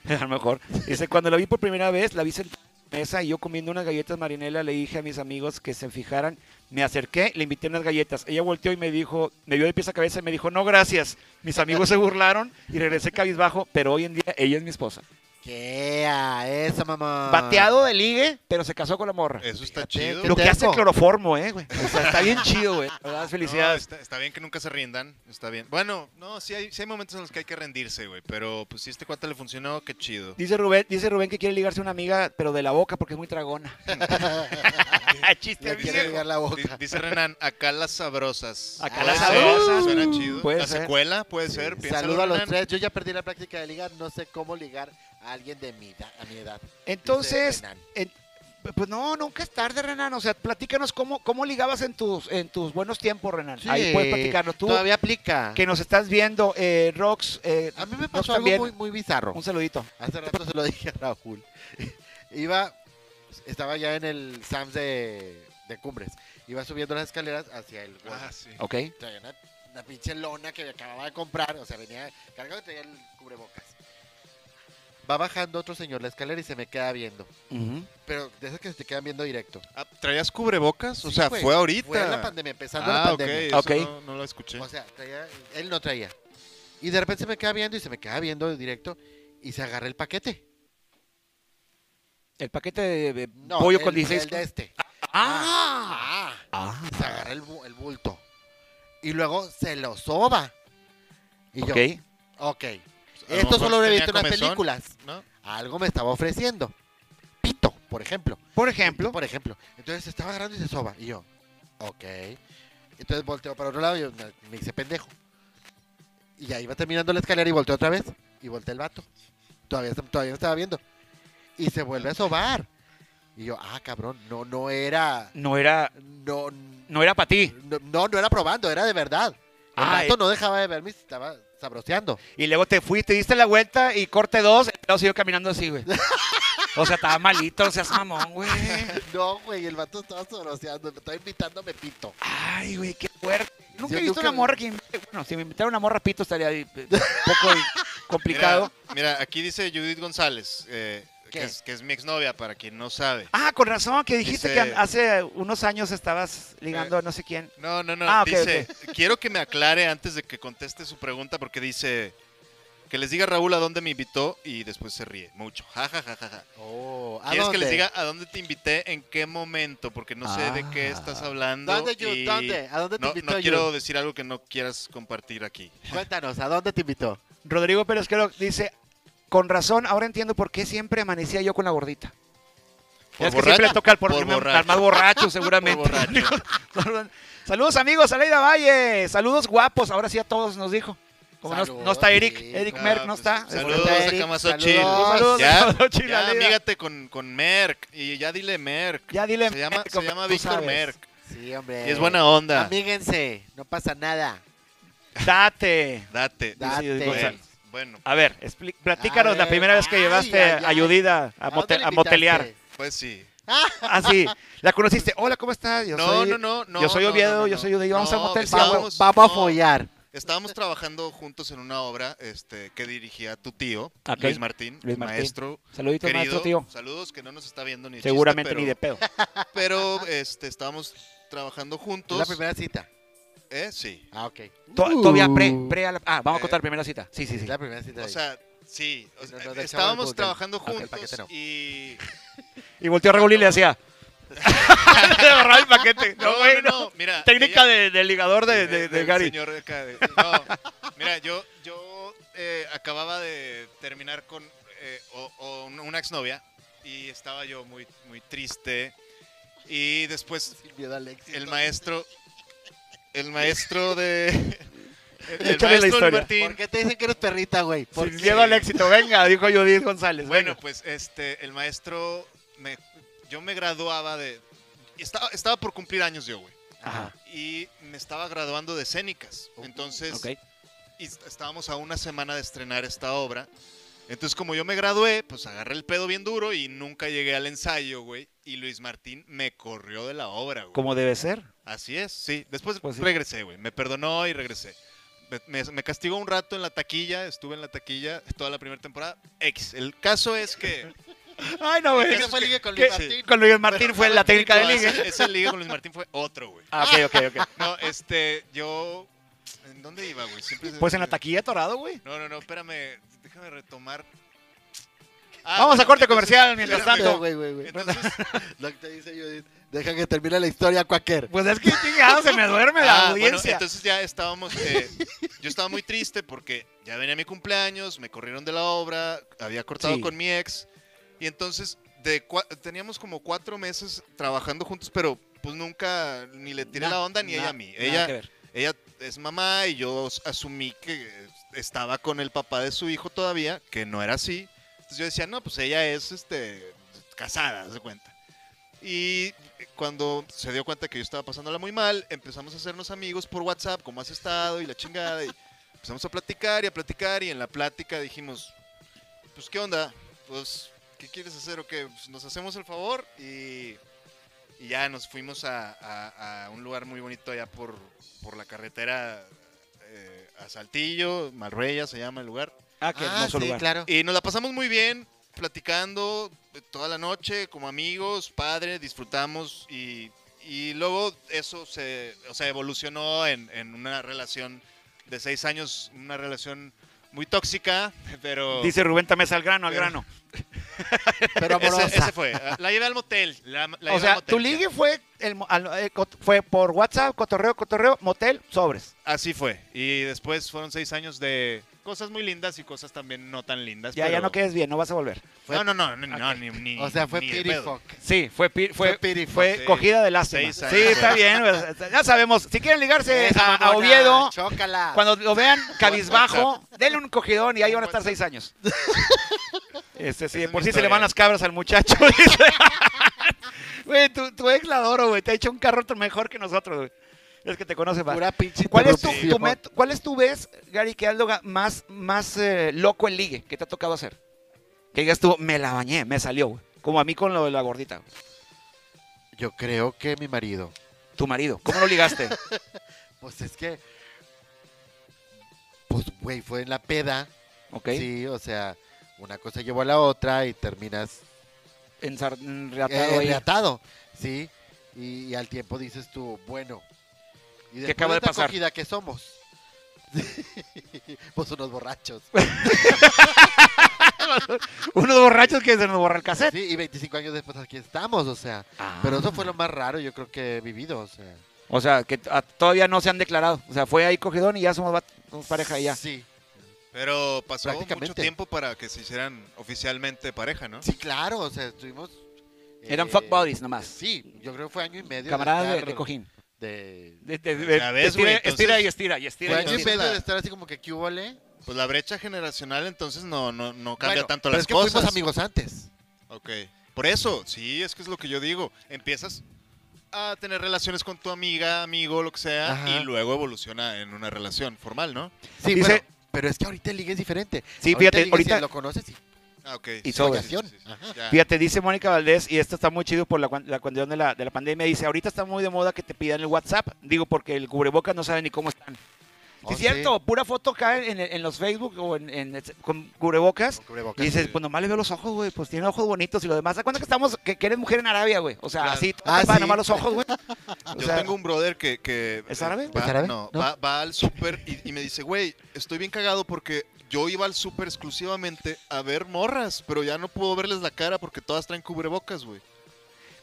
A: a lo mejor, dice, cuando la vi por primera vez, la vi sentada en la mesa y yo comiendo unas galletas marinela, le dije a mis amigos que se fijaran, me acerqué, le invité unas galletas, ella volteó y me dijo, me vio de pies a cabeza y me dijo, no, gracias, mis amigos se burlaron y regresé cabizbajo, pero hoy en día ella es mi esposa.
B: ¿Qué? A esa mamá. (laughs)
A: Bateado de ligue, pero se casó con la morra.
C: Eso
B: Fíjate,
C: está chido.
B: qué
A: Lo que hace el
B: terco.
A: cloroformo, eh, güey. O sea, está bien chido, güey. La (laughs) verdad,
C: No,
A: Felicidades.
C: está, está bien que nunca se rindan, está bien. Bueno, no, sí hay, sí hay momentos en los que hay que rendirse, güey, pero pues si este cuate le funcionó, qué chido.
A: Dice Rubén, dice Rubén que quiere ligarse a una amiga, pero de la boca porque es muy (laughs) tragona. Ah, Chiste
B: Le
A: viejo.
B: quiere ligar la
C: Di-
B: boca.
C: Dice Renan, acá las sabrosas.
A: Acá
C: Puede
A: las
C: ser,
A: sabrosas.
C: Suena chido.
A: Puede
C: la
A: ser.
C: secuela puede ser. piénsalo,
B: Saludo a los
C: Renan.
B: tres. Yo ya perdí la práctica de ligar. No sé cómo ligar a alguien de mi edad. A mi edad. dice
A: Entonces,
B: Renan.
A: en- pues no, nunca es tarde, Renan. O sea, platícanos cómo, cómo ligabas en tus, en tus buenos tiempos, Renan. Ahí
B: Sí,
A: puedes platicarlo. Tú
B: Todavía Ah. aplica.
A: que nos estás viendo, eh, Rox, eh,
B: A mí me
A: Rox
B: pasó algo
A: también.
B: muy, muy bizarro.
A: Un saludito.
B: Hace rato se lo dije a Raúl. (laughs) Iba, estaba ya en el Sams de, de Cumbres. Iba subiendo las escaleras hacia el
C: Ah,
B: Walmart.
C: sí.
A: Ok.
B: Traía una, una pinche lona que acababa de comprar. O sea, venía cargado y traía el cubrebocas. Va bajando otro señor la escalera y se me queda viendo.
A: Ujú.
B: Pero de esas que se te quedan viendo directo.
C: Ah, ¿Traías cubrebocas? O sea,
B: Sí, güey,
C: fue ahorita.
B: Fue en la pandemia, empezando
C: Ah,
B: la
C: ok.
B: pandemia. Pues,
C: eso
A: Ok.
C: No, no lo escuché.
B: O sea, traía- él no traía. Y de repente se me queda viendo y se me queda viendo directo y se agarra el paquete.
A: El paquete de, de
B: No,
A: pollo
B: el-
A: con 16.
B: El de este.
A: ¡Ah! Ah.
B: Se agarra el, bu- el bulto. Y luego se lo soba. Y
A: Ok.
B: yo, ok.
C: lo
B: Esto
C: mejor
B: solo lo he
C: tenía
B: visto en las
C: comezón.
B: películas.
C: ¿No?
B: Algo me estaba ofreciendo. Pito, por ejemplo.
A: Por ejemplo,
B: Por ejemplo. Entonces se estaba agarrando y se soba. Y yo, ok. Entonces volteo para otro lado y yo, me me hice pendejo. Y ya iba terminando la escalera y volteó otra vez. Y volteé el vato. Todavía, está- todavía me estaba viendo. Y se vuelve a sobar. Y yo, ah, cabrón, no, no era.
A: no era,
B: No,
A: no era para ti.
B: no, no, no era probando, era de verdad. El
A: Ah,
B: vato no dejaba de verme y se estaba sabroseando. (laughs)
A: Y luego te fuiste, diste la vuelta y corte dos, el pedo siguió caminando así,
C: (laughs)
A: güey. O sea, estaba malito, o sea, es mamón, güey.
B: No, güey, el vato estaba sabroseando, me estaba invitándome pito.
A: Ay, güey, qué fuerte. Nunca
B: Yo
A: he visto
B: nunca-
A: una morra que... Bueno, si me invitaron una morra pito estaría ahí, eh, un poco
C: (laughs)
A: complicado.
C: Mira, mira, aquí dice Judith González, eh,
B: ¿Qué?
C: que, es, que es mi exnovia, para quien no sabe.
A: Ah, con razón, que dijiste
C: Dice- Eh,
A: que hace unos años estabas ligando a no sé quién.
C: No, no, no.
A: Ah, ok,
C: dice, quiero que me aclare antes de que conteste su pregunta porque dice que les diga Raúl a dónde me invitó y después se ríe mucho. Ja, ja, ja, ja, ja.
B: Oh, ¿a
C: ¿Quieres que les
B: dónde?
C: diga a dónde te invité, en qué momento? Porque no sé de qué
A: Ah.
C: estás hablando.
B: ¿Dónde, Yu?
C: y
B: ¿Dónde? ¿A dónde te
C: no,
B: invitó
C: no
B: Yu?
C: quiero decir algo que no quieras compartir aquí.
B: Cuéntanos, ¿a dónde te invitó?
A: Rodrigo Pérez Quero dice, con razón, ahora entiendo por qué siempre amanecía yo con la gordita.
C: Por
A: es que siempre le
C: borracho,
A: toca al, por-
C: por borracho.
A: al más borracho, seguramente.
C: (laughs)
A: (laughs)
C: Por borracho.
A: Saludos amigos, Aleida Valle. Saludos guapos. Ahora sí a todos nos dijo. Como no- no,
B: Saludos,
A: está Eric,
B: sí.
A: Eric
C: Ah,
A: Merck no
C: pues,
A: está. Este,
C: Saludos
B: Saludos,
C: a
B: Eric,
C: Camasochil.
B: saludos.
A: Saludos a
C: Ya,
A: Camasochil,
C: ya
A: Aleida.
C: amígate con, con Merck y ya dile Merck.
A: Ya dile.
C: se llama,
A: Merck,
C: se llama
A: tú
C: Víctor
A: sabes. Eh,
C: Merck.
B: Sí, hombre.
C: Y es buena onda.
B: Amíguense, no pasa nada.
A: Date.
C: Date.
B: Date.
A: Judith
C: Bueno,
A: González.
C: bueno,
A: A a ver, expli- platícanos
B: A
A: la
B: ver,
A: primera vez que
B: ay,
A: llevaste
B: ay,
A: a
B: ay.
A: Judida
C: Ah,
A: a,
B: ¿A dónde
A: mote-
B: le
A: a motelear.
B: invitaste?
C: pues sí.
A: Así, la conociste. Hola, ¿cómo estás? Yo
C: no,
A: soy-
C: no, no, no.
A: yo soy
C: no, no,
A: Oviedo,
C: no,
A: yo
C: no. pues,
A: soy Oviedo. Vamos al motel, sí, a huevo.
B: Vamos, vamos
C: no,
B: a follar.
C: Estábamos trabajando juntos en una obra este, que dirigía tu tío,
A: Ok.
C: Luis Martín,
A: Luis
C: el
A: Martín.
C: maestro.
A: Saluditos,
C: Querido,
A: maestro, tío.
C: saludos que no nos está viendo ni de
A: Seguramente
C: chiste,
A: ni de pedo.
C: pero, Pero este, estábamos trabajando
B: Es
C: juntos.
B: la primera cita.
C: ¿eh? Sí.
B: Ah, ok.
A: To- (laughs) Todavía pre, pre a la- Ah, vamos a contar
C: Eh,
A: primera cita. Sí, sí, sí.
B: Es la primera cita.
C: O
B: ahí.
C: sea, sí. o
B: No,
C: sea,
B: no, no, del chavo
C: estábamos
B: del-
C: trabajando
B: ok, el
C: juntos
B: paquete no.
C: y.
A: Y volteó a Raúl y le hacía. (laughs) Le agarraba el paquete. No,
C: No,
A: güey,
C: no, no, mira.
A: Técnica
C: ella-
A: de, del ligador de, de- de
C: del
A: Gary.
C: señor acá de- no, mira, yo, yo eh, acababa de terminar con eh, o- o un- una exnovia y estaba yo muy, muy triste. Y después
B: Sin miedo al éxito.
C: el maestro, el maestro de... (laughs) El, el
A: Échale la
C: maestro
A: historia.
C: Luis Martín.
B: ¿Por qué te dicen que eres perrita, güey? ¿Por
A: Sin
B: qué?
A: miedo al éxito. Venga, dijo Judith González.
C: Bueno,
A: venga.
C: pues este, el maestro, me, yo me graduaba de... Estaba, estaba por cumplir años yo, güey.
B: Ah.
A: Ajá.
C: Y me estaba graduando de escénicas. Entonces,
A: Ok.
C: y est- estábamos a una semana de estrenar esta obra. Entonces, como yo me gradué, pues agarré el pedo bien duro y nunca llegué al ensayo, güey. Y Luis Martín me corrió de la obra, güey.
A: Como debe ser.
C: Así es, sí. Después
A: Pues sí.
C: regresé, güey. Me perdonó y regresé. Me- Me, me castigó un rato en la taquilla, estuve en la taquilla toda la primera temporada. X. El caso es que.
A: Ay, no,
C: el
A: güey.
C: caso es que-
A: ¿Qué? Con Luis Martín fue la técnica de
C: No,
A: ligue.
C: Ese, ese ligue con Luis Martín fue otro, güey.
A: Ah, ok, ok, ok.
C: No, este, yo. ¿En dónde iba, güey? Siempre se-
A: Pues en la taquilla torado, güey.
C: No, no, no, espérame, déjame retomar. Ah,
A: Vamos a corte comercial mientras
C: mientras
A: tanto.
B: Güey, güey, güey.
C: Entonces,
B: Lo que te dice Judith. Deja que termine la historia, cuáquer.
A: Pues es que chingado, se me duerme (laughs) la
C: ah, bueno,
A: audiencia.
C: entonces ya estábamos, eh, yo estaba muy triste porque ya venía mi cumpleaños, me corrieron de la obra, había cortado
A: Sí.
C: con mi ex, y entonces de cua- teníamos como cuatro meses trabajando juntos, pero pues nunca ni le tiré
A: Na-
C: la onda ni
A: na-
C: ella a mí.
A: nada
C: Ella,
A: que ver.
C: ella es mamá y yo as- asumí que eh, estaba con el papá de su hijo todavía, que no era así. Entonces yo decía, no, pues ella es este, casada, haz de cuenta. Y eh, cuando se dio cuenta que yo estaba pasándola muy mal, empezamos a hacernos amigos por WhatsApp, cómo has estado y la chingada. Y empezamos a platicar y a platicar y en la plática dijimos, pues qué onda, pues qué quieres hacer o qué, Pues, nos hacemos el favor y, y ya nos fuimos a, a- a un lugar muy bonito allá por, por la carretera eh, a Saltillo, Marrella se llama el lugar.
A: Ah, que hermoso
B: sí,
A: lugar.
B: claro.
C: Y nos la pasamos muy bien platicando eh, toda la noche como amigos, padre, disfrutamos y, y luego eso se o sea, evolucionó en, en una relación de seis años, una relación muy tóxica, (laughs) pero
A: Dice Rubén Tamés al grano, al
C: Pero-
A: grano.
B: Pero amorosa.
C: ese, ese (laughs) fue. Ah, La llevé al motel. la- la llevé
A: O
C: al
A: sea,
C: motel,
A: tu ligue fue, el mo- al- eh, cot- fue por WhatsApp, cotorreo, cotorreo, motel, sobres.
C: ya. Así fue. Y después fueron seis años de cosas muy lindas y cosas también no tan lindas.
A: Ya, ya
C: pero-
A: no quedes bien, no vas a volver.
B: Fue-
C: No, no, no, no, no, ni, ni-
B: o sea, fue
C: ni de
B: pity
C: pedo.
B: fuck.
A: Sí, fue, pi- fue,
B: Fue pirifo,
A: fue
C: sí.
A: cogida de lástima.
C: Seis
A: Sí,
C: años.
A: está bien. pues, Ya sabemos. Si quieren ligarse a, a Oviedo,
B: Chócala.
A: cuando lo vean cabizbajo, denle un cogidón y ahí van a estar seis años. Este, sí,
C: Esa
A: de
C: es
A: por
C: mi
A: sí se le
C: historia.
A: van las cabras al muchacho. (laughs) dice. Güey, tu, tu ex la adoro, güey. Te ha hecho un carro mejor que nosotros, güey. Es que te conoce más.
B: Pura pinche
A: ¿Cuál es tu,
B: interrupción.
A: tu met- ¿Cuál es tu vez, Gary, que es lo ga- más, más eh, loco el ligue que te ha tocado hacer? Que digas tú, me la bañé, me salió, güey. Como a mí con lo de la gordita. güey.
B: Yo creo que mi marido.
A: Tu marido, ¿cómo lo
B: (laughs)
A: ligaste?
B: Pues es que. Pues, güey, fue en la peda.
A: ¿Ok?
B: Sí, o sea, una cosa llevó a la otra y terminas
A: Ensar-
B: eh,
A: enratado ahí.
B: reatado, ¿sí? Y, y al tiempo dices tú, bueno, ¿y después
A: acaba de
B: esta
A: pasar?
B: acogida que somos? (laughs) pues unos borrachos.
A: (laughs) Unos borrachos que se nos borra el cassette.
B: Sí, y 25 años después aquí estamos, o sea.
A: Ah.
B: Pero eso fue lo más raro, yo creo que he vivido, o sea.
A: O sea, que t- a- todavía no se han declarado. O sea, fue ahí cogedón y ya somos, vat- somos pareja y ya.
B: Sí,
C: Pero pasó mucho
B: Prácticamente.
C: tiempo para que se hicieran oficialmente pareja, ¿no?
B: sí, claro, o sea, estuvimos... eh,
A: Eran fuck buddies nomás.
B: Sí, yo creo que fue año y medio.
A: Camaradas de,
B: estar
A: de cojín.
B: de-
A: De- de- de-
C: Ya ves,
A: estira,
C: güey, entonces-
A: estira y estira y
B: Fue
A: estira. y
B: año y
A: estira.
B: medio
C: la-
B: de estar así como que, ¿qué hubo, le?
C: Pues la brecha generacional entonces no, no, no cambia
B: Bueno,
C: tanto
B: pero
C: las
B: es que
C: cosas.
B: fuimos amigos antes.
C: Ok. Por eso, sí, es que es lo que yo digo. Empiezas a tener relaciones con tu amiga, amigo, lo que sea,
B: Ajá.
C: y luego evoluciona en una relación formal, ¿no?
B: Sí,
A: Dice-
B: pero, pero es que ahorita el ligue es diferente.
A: Sí,
B: ahorita
A: fíjate,
B: el ligue,
A: ahorita-
B: Si lo conoces, sí.
C: Ah, ok.
A: Y sobres.
B: Ajá.
C: Ya.
A: Fíjate, dice Mónica Valdés, y esto está muy chido por la, cuan- la cuestión de la, de la pandemia, dice, ahorita está muy de moda que te pidan el WhatsApp, digo, porque el cubrebocas no sabe ni cómo están. Sí,
B: Oh,
A: es cierto, pura foto acá en, en- en los Facebook o en, en- este, con cubrebocas.
B: Con cubrebocas.
A: Y dices,
C: sí.
A: pues nomás le veo los ojos, güey, pues tiene ojos bonitos y lo demás. ¿A cuándo que estamos, que, que eres mujer en Arabia, güey? O sea,
C: Claro.
A: así,
B: Ah,
A: tapada
B: sí.
A: nomás los ojos, güey. O
C: Yo
A: sea,
C: tengo un brother que... que eh,
A: ¿Es árabe?
C: Va,
B: ¿Es árabe?
C: No,
B: No.
C: Va, va al súper y, y me dice, güey, estoy bien cagado porque yo iba al súper exclusivamente a ver morras, pero ya no puedo verles la cara porque todas traen cubrebocas, güey.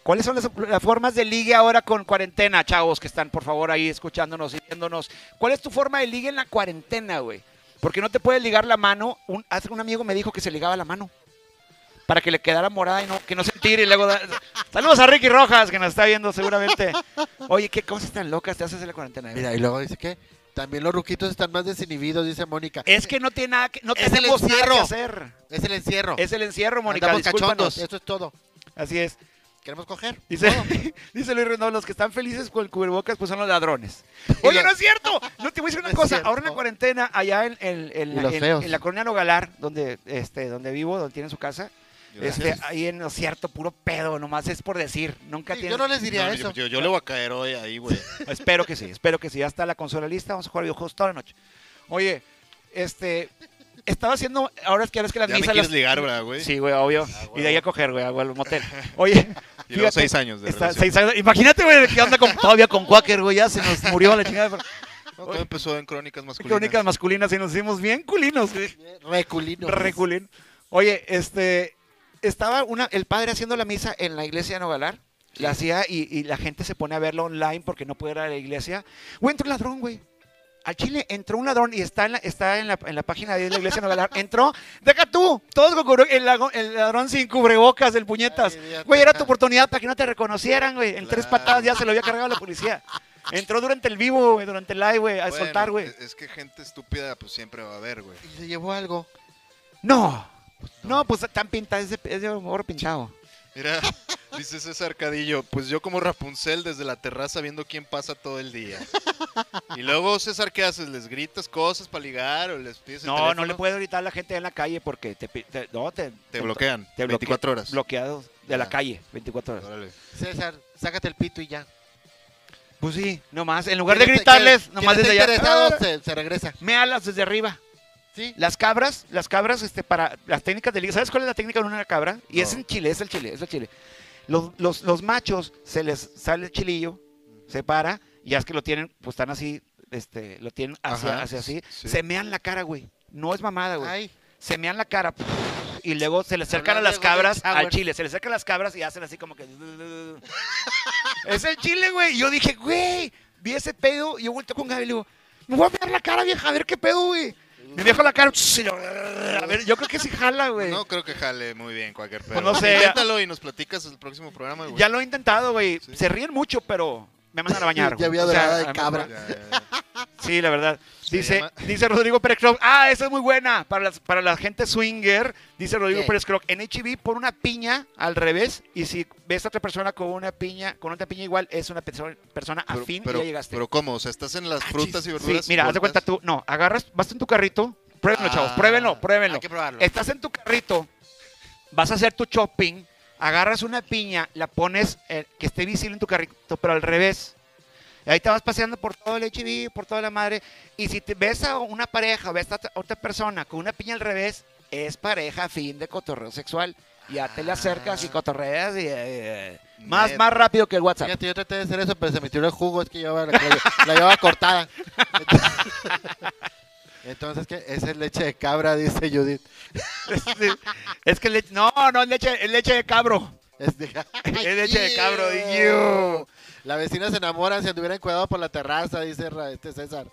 A: ¿Cuáles son las, las formas de ligue ahora con cuarentena, chavos, que están por favor ahí escuchándonos y viéndonos? ¿Cuál es tu forma de ligue en la cuarentena, güey? Porque no te puedes ligar la mano. Un, hace un amigo me dijo que se ligaba la mano para que le quedara morada y no, que no se tire y luego... da- Saludos a Ricky Rojas, que nos está viendo seguramente. Oye, ¿qué cosas tan locas te haces en la cuarentena? güey?
B: Mira, y luego dice que también los ruquitos están más desinhibidos, dice Mónica.
A: es que no tiene nada que, no
B: Es el
A: tenemos nada que
B: encierro.
A: hacer.
B: Es el encierro.
A: Es el encierro, Mónica,
B: Andamos cachondos,
A: discúlpanos.
B: eso es todo.
A: Así es.
B: Queremos coger.
A: Dice,
B: Todo.
A: (laughs) dice Luis Rendón, los que están felices con el cubrebocas pues son los ladrones.
B: (laughs) Y
A: Oye,
B: los-
A: no es cierto. No te voy a decir
B: (laughs)
A: una
B: No es
A: cosa.
B: cierto.
A: Ahora en la cuarentena, allá en, en- en
B: Y
A: la,
B: los
A: en-
B: feos.
A: en la colonia Nogalar, donde, este, donde vivo, donde tiene su casa, este,
C: Gracias.
A: ahí en lo cierto, puro pedo, nomás es por decir. Nunca
B: Sí,
A: tiene.
B: yo no les diría
C: No,
B: eso.
C: yo, yo- yo le voy a caer hoy ahí, güey.
A: (laughs) Espero que sí, espero que sí. Ya está la consola lista, vamos a jugar videojuegos toda la noche. Oye, este, estaba haciendo, ahora es que ahora es que las
C: Ya me
A: misas.
C: quieres
A: las-
C: ligar, ¿eh? Ah, ¿verdad, güey?
A: Sí, güey, obvio.
C: güey.
A: Y de ahí a coger, güey, a- al
C: (laughs)
A: motel. Oye,
C: Y luego
A: fíjate,
C: seis años de
A: Está-
C: relación.
A: seis años. Imagínate, güey, que anda con, todavía con Quaker, güey. Ya se nos murió la chingada.
C: (laughs)
A: pero-
C: No, todo empezó en crónicas masculinas.
A: Crónicas masculinas y nos hicimos bien culinos. güey.
B: Reculino.
A: Reculín. Oye, este. Estaba una, el padre haciendo la misa en la iglesia de Nogalar. La hacía y, y la gente se pone a verlo online porque no puede ir a la iglesia. Güey, entró un ladrón, güey. Al Chile entró un ladrón y está en la, está en la, en la página de la iglesia de Nogalar. Entró, deja tú, todos con cubre- el, lago- el ladrón sin cubrebocas, el puñetas.
B: Ay, idiota.
A: Güey, era tu oportunidad para que no te reconocieran, güey. En tres
C: Claro.
A: patadas ya se lo había cargado la policía. Entró durante el vivo, güey, durante el live, güey, a
C: Bueno,
A: soltar, güey.
C: Es, es que gente estúpida pues siempre va a haber, güey.
B: Y se llevó algo.
A: No. No, pues tan pintado, es de, es de oro pintado.
C: Mira, (laughs) dice César Cadillo, pues yo como Rapunzel desde la terraza viendo quién pasa todo el día. Y luego, César, ¿qué haces? ¿Les gritas cosas para ligar o les pides el
A: No, no
C: teléfono?
A: le puedes gritar a la gente en la calle porque te, pi- te- no, te,
C: Te bloquean
A: te bloquea-
C: 24 horas.
A: Bloqueados de la
C: Ya. Pues
A: calle, 24 horas.
C: Órale.
B: César, sácate el pito y ya.
A: Pues sí, nomás, en lugar de
B: Quien esté-
A: gritarles,
B: quien-
A: nomás Ah.
B: quien
A: desde
B: esté
A: allá.
B: interesado, se, se regresa.
A: Me alas desde arriba.
B: Sí.
A: Las cabras, las cabras, este, para las técnicas de liga. ¿Sabes cuál es la técnica de una cabra? Y es
B: No.
A: en Chile, es el Chile, es el Chile. Los, los, los machos se les sale el chilillo, se para, y ya es que lo tienen, pues están así, este, lo tienen hacia,
B: Ajá,
A: hacia así,
B: sí.
A: se mean la cara, güey. No es mamada, güey.
B: Ay,
A: Se mean la cara. Y luego se le acercan a
B: Hablando
A: las
B: de Golden
A: cabras al
B: Shower.
A: chile. Se le acercan las cabras y hacen así como que. (laughs) es el chile, güey. Y yo dije, güey, vi ese pedo. Y yo vuelto con Gaby y le digo, me voy a mirar la cara, vieja, a ver qué pedo, güey. Me dejo la cara. y yo, A ver, yo creo que sí jala, güey.
C: No creo que jale muy bien cualquier
A: Pues
C: pedo.
A: no sé.
C: Inténtalo y nos platicas el próximo programa, güey.
A: ya lo he intentado, güey.
C: Sí.
A: Se ríen mucho, pero me mandan a bañar.
B: Ya
A: güey.
B: había dorada de
A: a mí-
B: cabra.
C: Ya, ya,
A: (laughs)
C: ya.
A: Sí, la verdad.
C: Se
A: Dice,
C: llama-
A: dice Rodrigo Pérez Croc. Ah, esa es muy buena. Para, las, para la gente swinger, dice Rodrigo
B: ¿Qué?
A: Pérez Croc. En HIV pon una piña al revés. Y si ves a otra persona con una piña, con otra piña igual, es una perso- persona
C: Pero-
A: afín
C: pero,
A: y ya llegaste.
C: Pero ¿cómo? O sea, estás en las
B: Ah,
C: frutas y
B: chis.
A: sí,
C: verduras.
A: mira, haz de cuenta
C: vueltas.
A: tú. No, agarras, vas en tu carrito. Pruébenlo, chavos.
B: ah,
A: Pruébenlo, pruébenlo.
B: Hay que probarlo.
A: Estás en tu carrito, vas a hacer tu shopping, agarras una piña, la pones eh, que esté visible en tu carrito, pero al revés. Y ahí te vas paseando por todo el HIV, por toda la madre. Y si te ves a una pareja, ves a otra- otra persona con una piña al revés, es pareja a fin de cotorreo sexual. Ya te le acercas y
B: Ah.
A: cotorreas y. eh, eh, más,
C: Neta.
A: más rápido que el
B: (laughs)
A: WhatsApp. (laughs)
B: Fíjate, yo traté de hacer eso, pero se me tiró el jugo, es que llevaba la, (laughs) la- la llevaba cortada. (laughs) Entonces- Entonces, ¿qué? Esa es leche de cabra, dice Judith.
A: Este, es que leche- no, no, es leche, es leche de cabro.
B: Es, de,
A: Es leche de
B: (laughs)
A: cabro,
B: Iu. La vecina se enamora si anduvieran cuidado por la terraza, dice Ra- este César.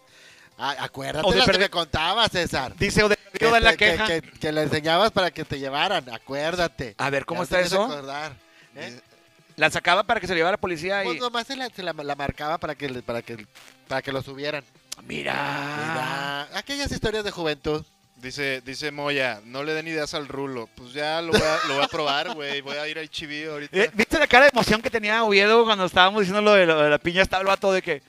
B: Ah, acuérdate
A: O de
B: lo que
A: perder-
B: me contaba, César.
A: Dice Odebrecht, da la
B: te-
A: queja.
B: que- que le enseñabas para que te llevaran, acuérdate.
A: A ver, ¿cómo
B: Ya
A: está
B: te
A: eso?
B: vas a acordar, ¿eh?
A: La sacaba para que se la llevara la policía y.
B: Pues nomás se la, se la- la marcaba para que, le- para, que, para que lo subieran.
A: Mira.
B: Mira, aquellas historias de juventud.
C: Dice, dice Moya, no le den ideas al rulo. Pues ya lo voy a, lo voy a probar, güey. Voy a ir al chiví ahorita.
A: Eh, ¿Viste la cara de emoción que tenía Oviedo cuando estábamos diciendo lo de, lo de la piña? Estaba el vato de que,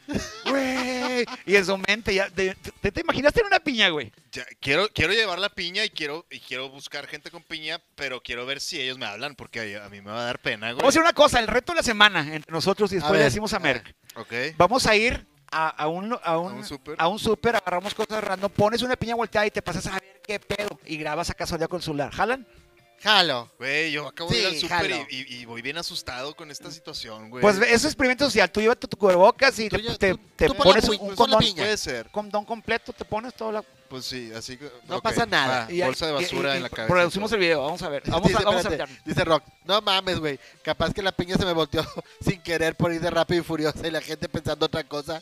A: güey. Y en su mente, ya, te, te- te imaginaste en una piña, güey?
C: Ya, quiero, quiero llevar la piña y quiero, y quiero buscar gente con piña, pero quiero ver si ellos me hablan, porque a, a mí me va a dar pena, güey.
A: Vamos a hacer una cosa, el reto de la semana entre nosotros y después le
B: ver,
A: decimos a
B: a ver.
A: Merck.
C: Ok.
A: Vamos a ir a, a un, a un,
C: un súper.
A: a un súper, agarramos cosas random, pones una piña volteada y te pasas a ver qué pedo y grabas a casualidad con el celular. ¿Jalan?
B: Jalo.
C: Güey, yo acabo de ir
B: Sí,
C: al súper
B: jalo.
C: y, y- y voy bien asustado con esta situación, güey.
A: Pues eso es experimento social. Tú llevas tu, tu cubrebocas y
B: Tú
A: te,
B: ya-
A: te-
B: tú-
A: te
B: tú pon la
A: pones
B: pi-
A: un
B: pon la
A: condón,
B: piña.
C: Puede ser.
A: condón completo, te pones toda la
C: Pues sí, así que...
B: No
C: ok,
B: pasa nada.
C: va,
A: Y ahí-
C: Ah, bolsa de
A: y-
C: basura
A: y-
C: en la
A: y
C: cabeza.
A: Producimos el video, vamos a ver. (laughs) Vamos a,
B: dice,
A: vamos a
B: espérate,
A: ver.
B: dice Rock, no mames, güey. Capaz que la piña se me volteó (laughs) sin querer por ir de rápido y furioso y la gente pensando otra cosa.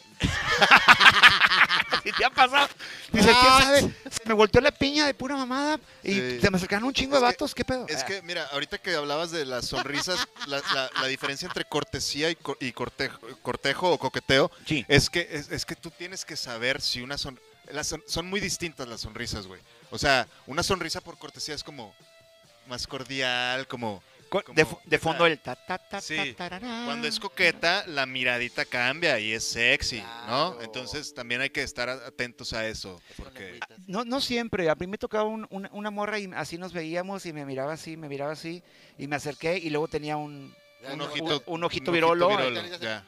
A: (laughs) Si te ha pasado. Dice,
B: Ah.
A: ¿qué sabes? Se me volteó la piña de pura mamada y
C: Sí.
A: se me acercaron un chingo
C: Es
A: de
C: que-
A: vatos. ¿Qué pedo? Ah,
C: Es que, mira, ahorita que hablabas de las sonrisas, la, la- la diferencia entre cortesía y, co- y cortejo, cortejo o coqueteo
A: Sí.
C: es que, es, es que tú tienes que saber si una son... las son- son muy distintas las sonrisas, güey. O sea, una sonrisa por cortesía es como más cordial, como...
A: Co-
C: eh, como-
A: de, fu- de fondo el ta ta ta
C: Sí.
A: ta tarará.
C: Cuando es coqueta, la miradita cambia y es sexy,
B: Claro.
C: ¿no? Entonces también hay que estar a- atentos a eso. Porque...
A: No, no siempre. A mí me tocaba un- una, una morra y así nos veíamos y me miraba así, me miraba así y me acerqué y luego tenía un,
C: Un
A: un-
C: ojito-
A: un ojito
C: un
A: virolo.
C: virolo, ya.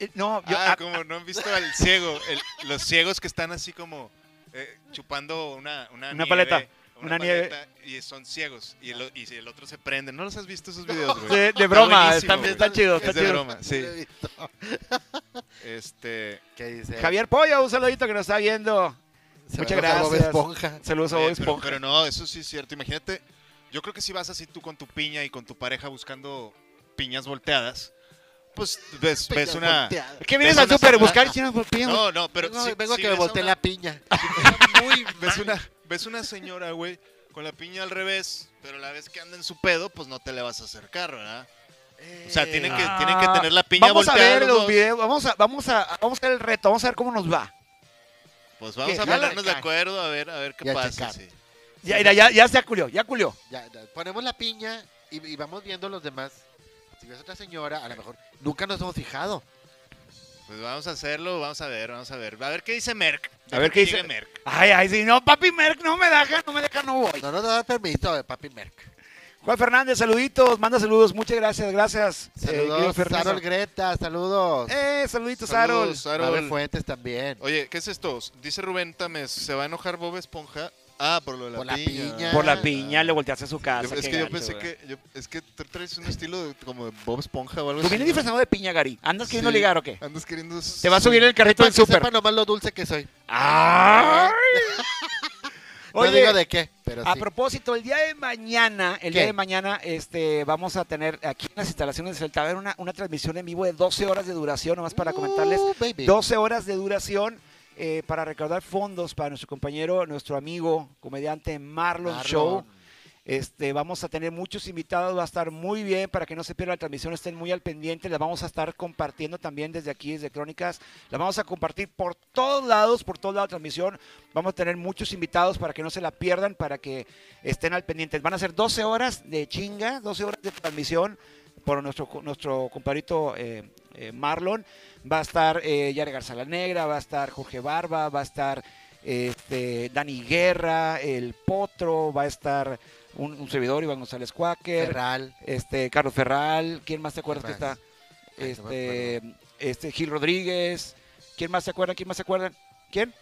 A: Eh, No, yo,
C: Ah,
A: a-
C: como no han visto al ciego. el- los ciegos que están así como eh, chupando una, una,
A: Una
C: nieve,
A: paleta, una nieve.
C: paleta, Y son ciegos. Y el, o- y el otro se prende. ¿No los has visto esos videos, güey?
A: (laughs) de, de
C: Está
A: broma,
C: buenísimo,
A: están,
C: güey.
A: están chidos,
C: Es
A: están
C: de
A: chidos.
C: broma, sí. Este.
B: ¿Qué dice?
A: Javier Pollo, un saludito que nos está viendo.
B: Se
A: muchas
B: va a coger Bob
A: gracias.
B: Esponja.
A: Saludos a
C: oye,
A: Bob
C: pero,
A: Esponja.
C: pero no, eso sí es cierto. Imagínate, yo creo que si vas así tú con tu piña y con tu pareja buscando piñas volteadas, pues ves, ves una.
B: Volteada.
A: ¿Qué vienes
C: Ves
A: al
C: una
A: súper?
C: sombra-
A: ¿Buscar chinas por piña?
C: No, no, pero.
B: vengo
C: si-
B: vengo
C: si
B: a que me
C: ves
B: volteen
C: una-
B: la (laughs) piña.
C: muy- ves una, ves una señora, güey, con la piña al revés, pero la vez que anda en su pedo, pues no te le vas a acercar, ¿verdad? O sea, tienen que,
A: Ah,
C: tienen que tener la piña
A: vamos a
C: volteada.
A: ver
C: los
A: los
C: dos.
A: videos, vamos a, vamos a, vamos a hacer el reto, vamos a ver cómo nos va.
C: Pues vamos
A: Que
C: a
A: jala
C: ponernos de
A: acá.
C: acuerdo, a ver, a ver
B: Y
C: qué
B: a
C: pasa.
B: checar.
C: sí.
A: Ya, mira, ya, ya se culió, ya culió.
B: Ya, ya, ponemos la piña y, y vamos viendo los demás. Si ves otra señora, a lo mejor nunca nos hemos fijado.
C: Pues vamos a hacerlo, vamos a ver, vamos a ver. A ver qué dice Merck.
A: A ver qué
C: Deja
A: dice-
C: que llegue Merck.
A: Ay, ay, si no, papi Merck no me deja, no me deja, no voy.
B: No nos da permiso, eh, papi Merck.
A: Juan Fernández, saluditos, manda saludos, muchas gracias, gracias. eh, querido
B: Saludos,
A: Fernández.
B: Harold Greta, saludos.
A: Eh, saluditos, Harold.
C: Saludos,
B: Mabel
C: Harold.
B: Fuentes también.
C: Oye, ¿qué es esto? Dice Rubén Tames, ¿se va a enojar Bob Esponja? Ah, por lo de la
B: Por la
C: piña.
B: piña.
A: Por la piña, le volteaste a su
C: Yo-
A: casa.
C: es
A: qué
C: que yo
A: gacho,
C: pensé
A: güey.
C: que... yo- es que tú traes un estilo de- como de Bob Esponja o algo
A: ¿Tú vienes
C: ¿no?
A: disfrazado de piña, Gary? ¿Andas
C: Sí.
A: queriendo ligar o qué?
C: Andas queriendo...
A: Te va a subir el carrito
B: Para
A: del
B: que
A: súper.
B: sepan nomás lo dulce que soy.
A: ¡Ay!
B: (laughs) no digo de qué, pero
A: A
B: sí.
A: propósito, el día de mañana, el
B: ¿Qué?
A: día de mañana, este, vamos a tener aquí en las instalaciones del Taber una, una transmisión en vivo de 12 horas de duración, nomás para
B: Uh,
A: comentarles.
B: baby.
A: 12 horas de duración eh, para recaudar fondos para nuestro compañero, nuestro amigo, comediante Marlon,
B: Marlon.
A: Show. Este, vamos a tener muchos invitados, va a estar muy bien para que no se pierda la transmisión, estén muy al pendiente, la vamos a estar compartiendo también desde aquí, desde Crónicas, la vamos a compartir por todos lados, por todos lados la transmisión, vamos a tener muchos invitados para que no se la pierdan, para que estén al pendiente. Van a ser 12 horas de chinga, 12 horas de transmisión por nuestro, nuestro compadrito eh, eh, Marlon, va a estar eh, Yare Garza la Negra, va a estar Jorge Barba, va a estar este, Dani Guerra, el Potro, va a estar un, un servidor, Iván González Cuáquer,
B: Ferral. Ah,
A: este, Carlos Ferral, ¿quién más te acuerdas que está?
B: Ferraz. Ay, no Ah, me
A: Este, este, Gil Rodríguez, ¿quién más se acuerda? ¿Quién más se acuerdan? ¿Quién?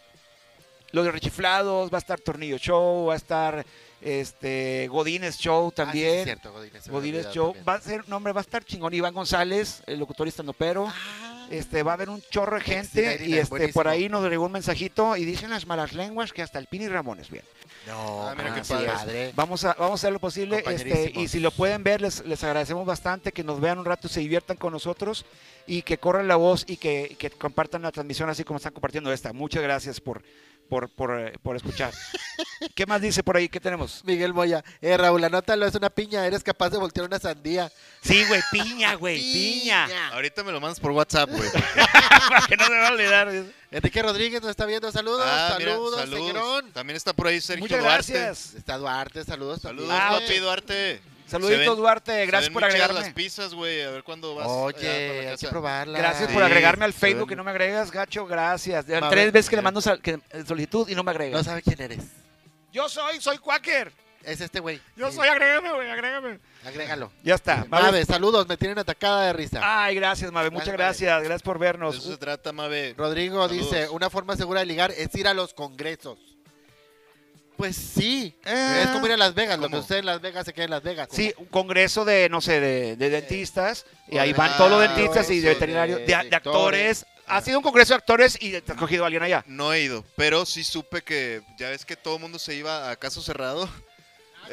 A: Los de Rechiflados, va a estar Tornillo Show, va a estar este Godínez Show
B: Ah, sí, sí, es
A: también.
B: cierto, Godínez. se me había
A: Godínez
B: olvidado
A: Show,
B: también.
A: va a ser, no, hombre, va a estar chingón Iván González, el locutor y estandopero.
B: Ah,
A: Este, va a haber un chorro de gente
B: Exciting,
A: y este, por
B: buenísimo.
A: ahí nos llegó un mensajito y dicen las malas lenguas que hasta el Pini Ramones, bien.
B: no,
C: Ah, mira qué
B: así
C: padre.
B: es.
A: Vamos a, vamos a hacer lo posible este, y
B: Compañerísimos.
A: si lo pueden ver, les, les agradecemos bastante que nos vean un rato, se diviertan con nosotros y que corran la voz y que, que compartan la transmisión así como están compartiendo esta. Muchas gracias por, por, por, eh, por (laughs) escuchar. ¿Qué más dice por ahí? ¿Qué tenemos?
B: Miguel Moya. Eh, Raúl, anótalo, es una piña. Eres capaz de voltear una sandía.
A: Sí, güey, piña, güey, piña.
C: Ahorita me lo mandas por
A: (laughs)
C: WhatsApp, güey.
A: Para (laughs) que no se va a olvidar.
B: Enrique Rodríguez nos está viendo. Saludos,
C: Ah, mira,
B: saludos,
C: saludos.
B: señorón.
C: También está por ahí Sergio
A: Muchas
C: Duarte.
A: gracias.
B: Está Duarte, saludos.
C: Saludos,
A: Ah,
B: también.
C: papi Duarte. Se ven-
A: Saluditos, Duarte.
C: Se
A: Gracias
C: ven
A: por
C: muy chidas
A: agregarme.
C: las pizzas, güey. A ver cuándo vas. allá para
B: Oye,
C: la
B: hay que
C: casa.
B: probarla.
A: Gracias
C: Sí,
A: por agregarme al
C: se
A: Facebook
C: ven-
A: y no me agregas, gacho, gracias. De-
B: Mabel
A: Tres veces que le
B: también.
A: mando sal- que- eh, solicitud y no me
B: No
A: agregas.
B: sabe quién eres.
A: Yo soy, soy Quaker.
B: Es este güey. Sí,
A: agrégame, güey, agrégame.
B: Agrégalo.
A: Ya está. Mabel.
B: Mave, saludos, me tienen atacada de risa.
A: Ay, gracias, Mabe. Muchas
B: Gracias,
A: gracias. Gracias por
C: De
A: vernos.
C: eso se trata, Mabe.
B: Rodrigo
C: Saludos.
B: dice, una forma segura de ligar es ir a los congresos. Pues sí,
A: Eh.
B: es como ir a Las Vegas, lo que
C: ¿Cómo?
B: usted en Las Vegas se queda en Las Vegas.
A: Sí, un congreso de, no sé, de, de dentistas. Y ahí
B: Ah,
A: van todos los dentistas y de
B: eso,
A: veterinarios, de,
B: de- Ah.
A: de
B: de
A: actores.
B: actores.
A: Ha sido un congreso de actores y te has cogido a alguien allá.
C: No he ido, pero sí supe que ya ves que todo el mundo se iba a caso cerrado.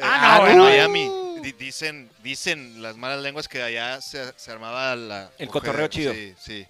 A: Ah,
C: eh,
A: no,
C: a
A: bueno.
C: Miami. Di- dicen, dicen las malas lenguas que allá se, se armaba la.
A: El
C: ojera.
A: cotorreo chido.
C: Sí, sí.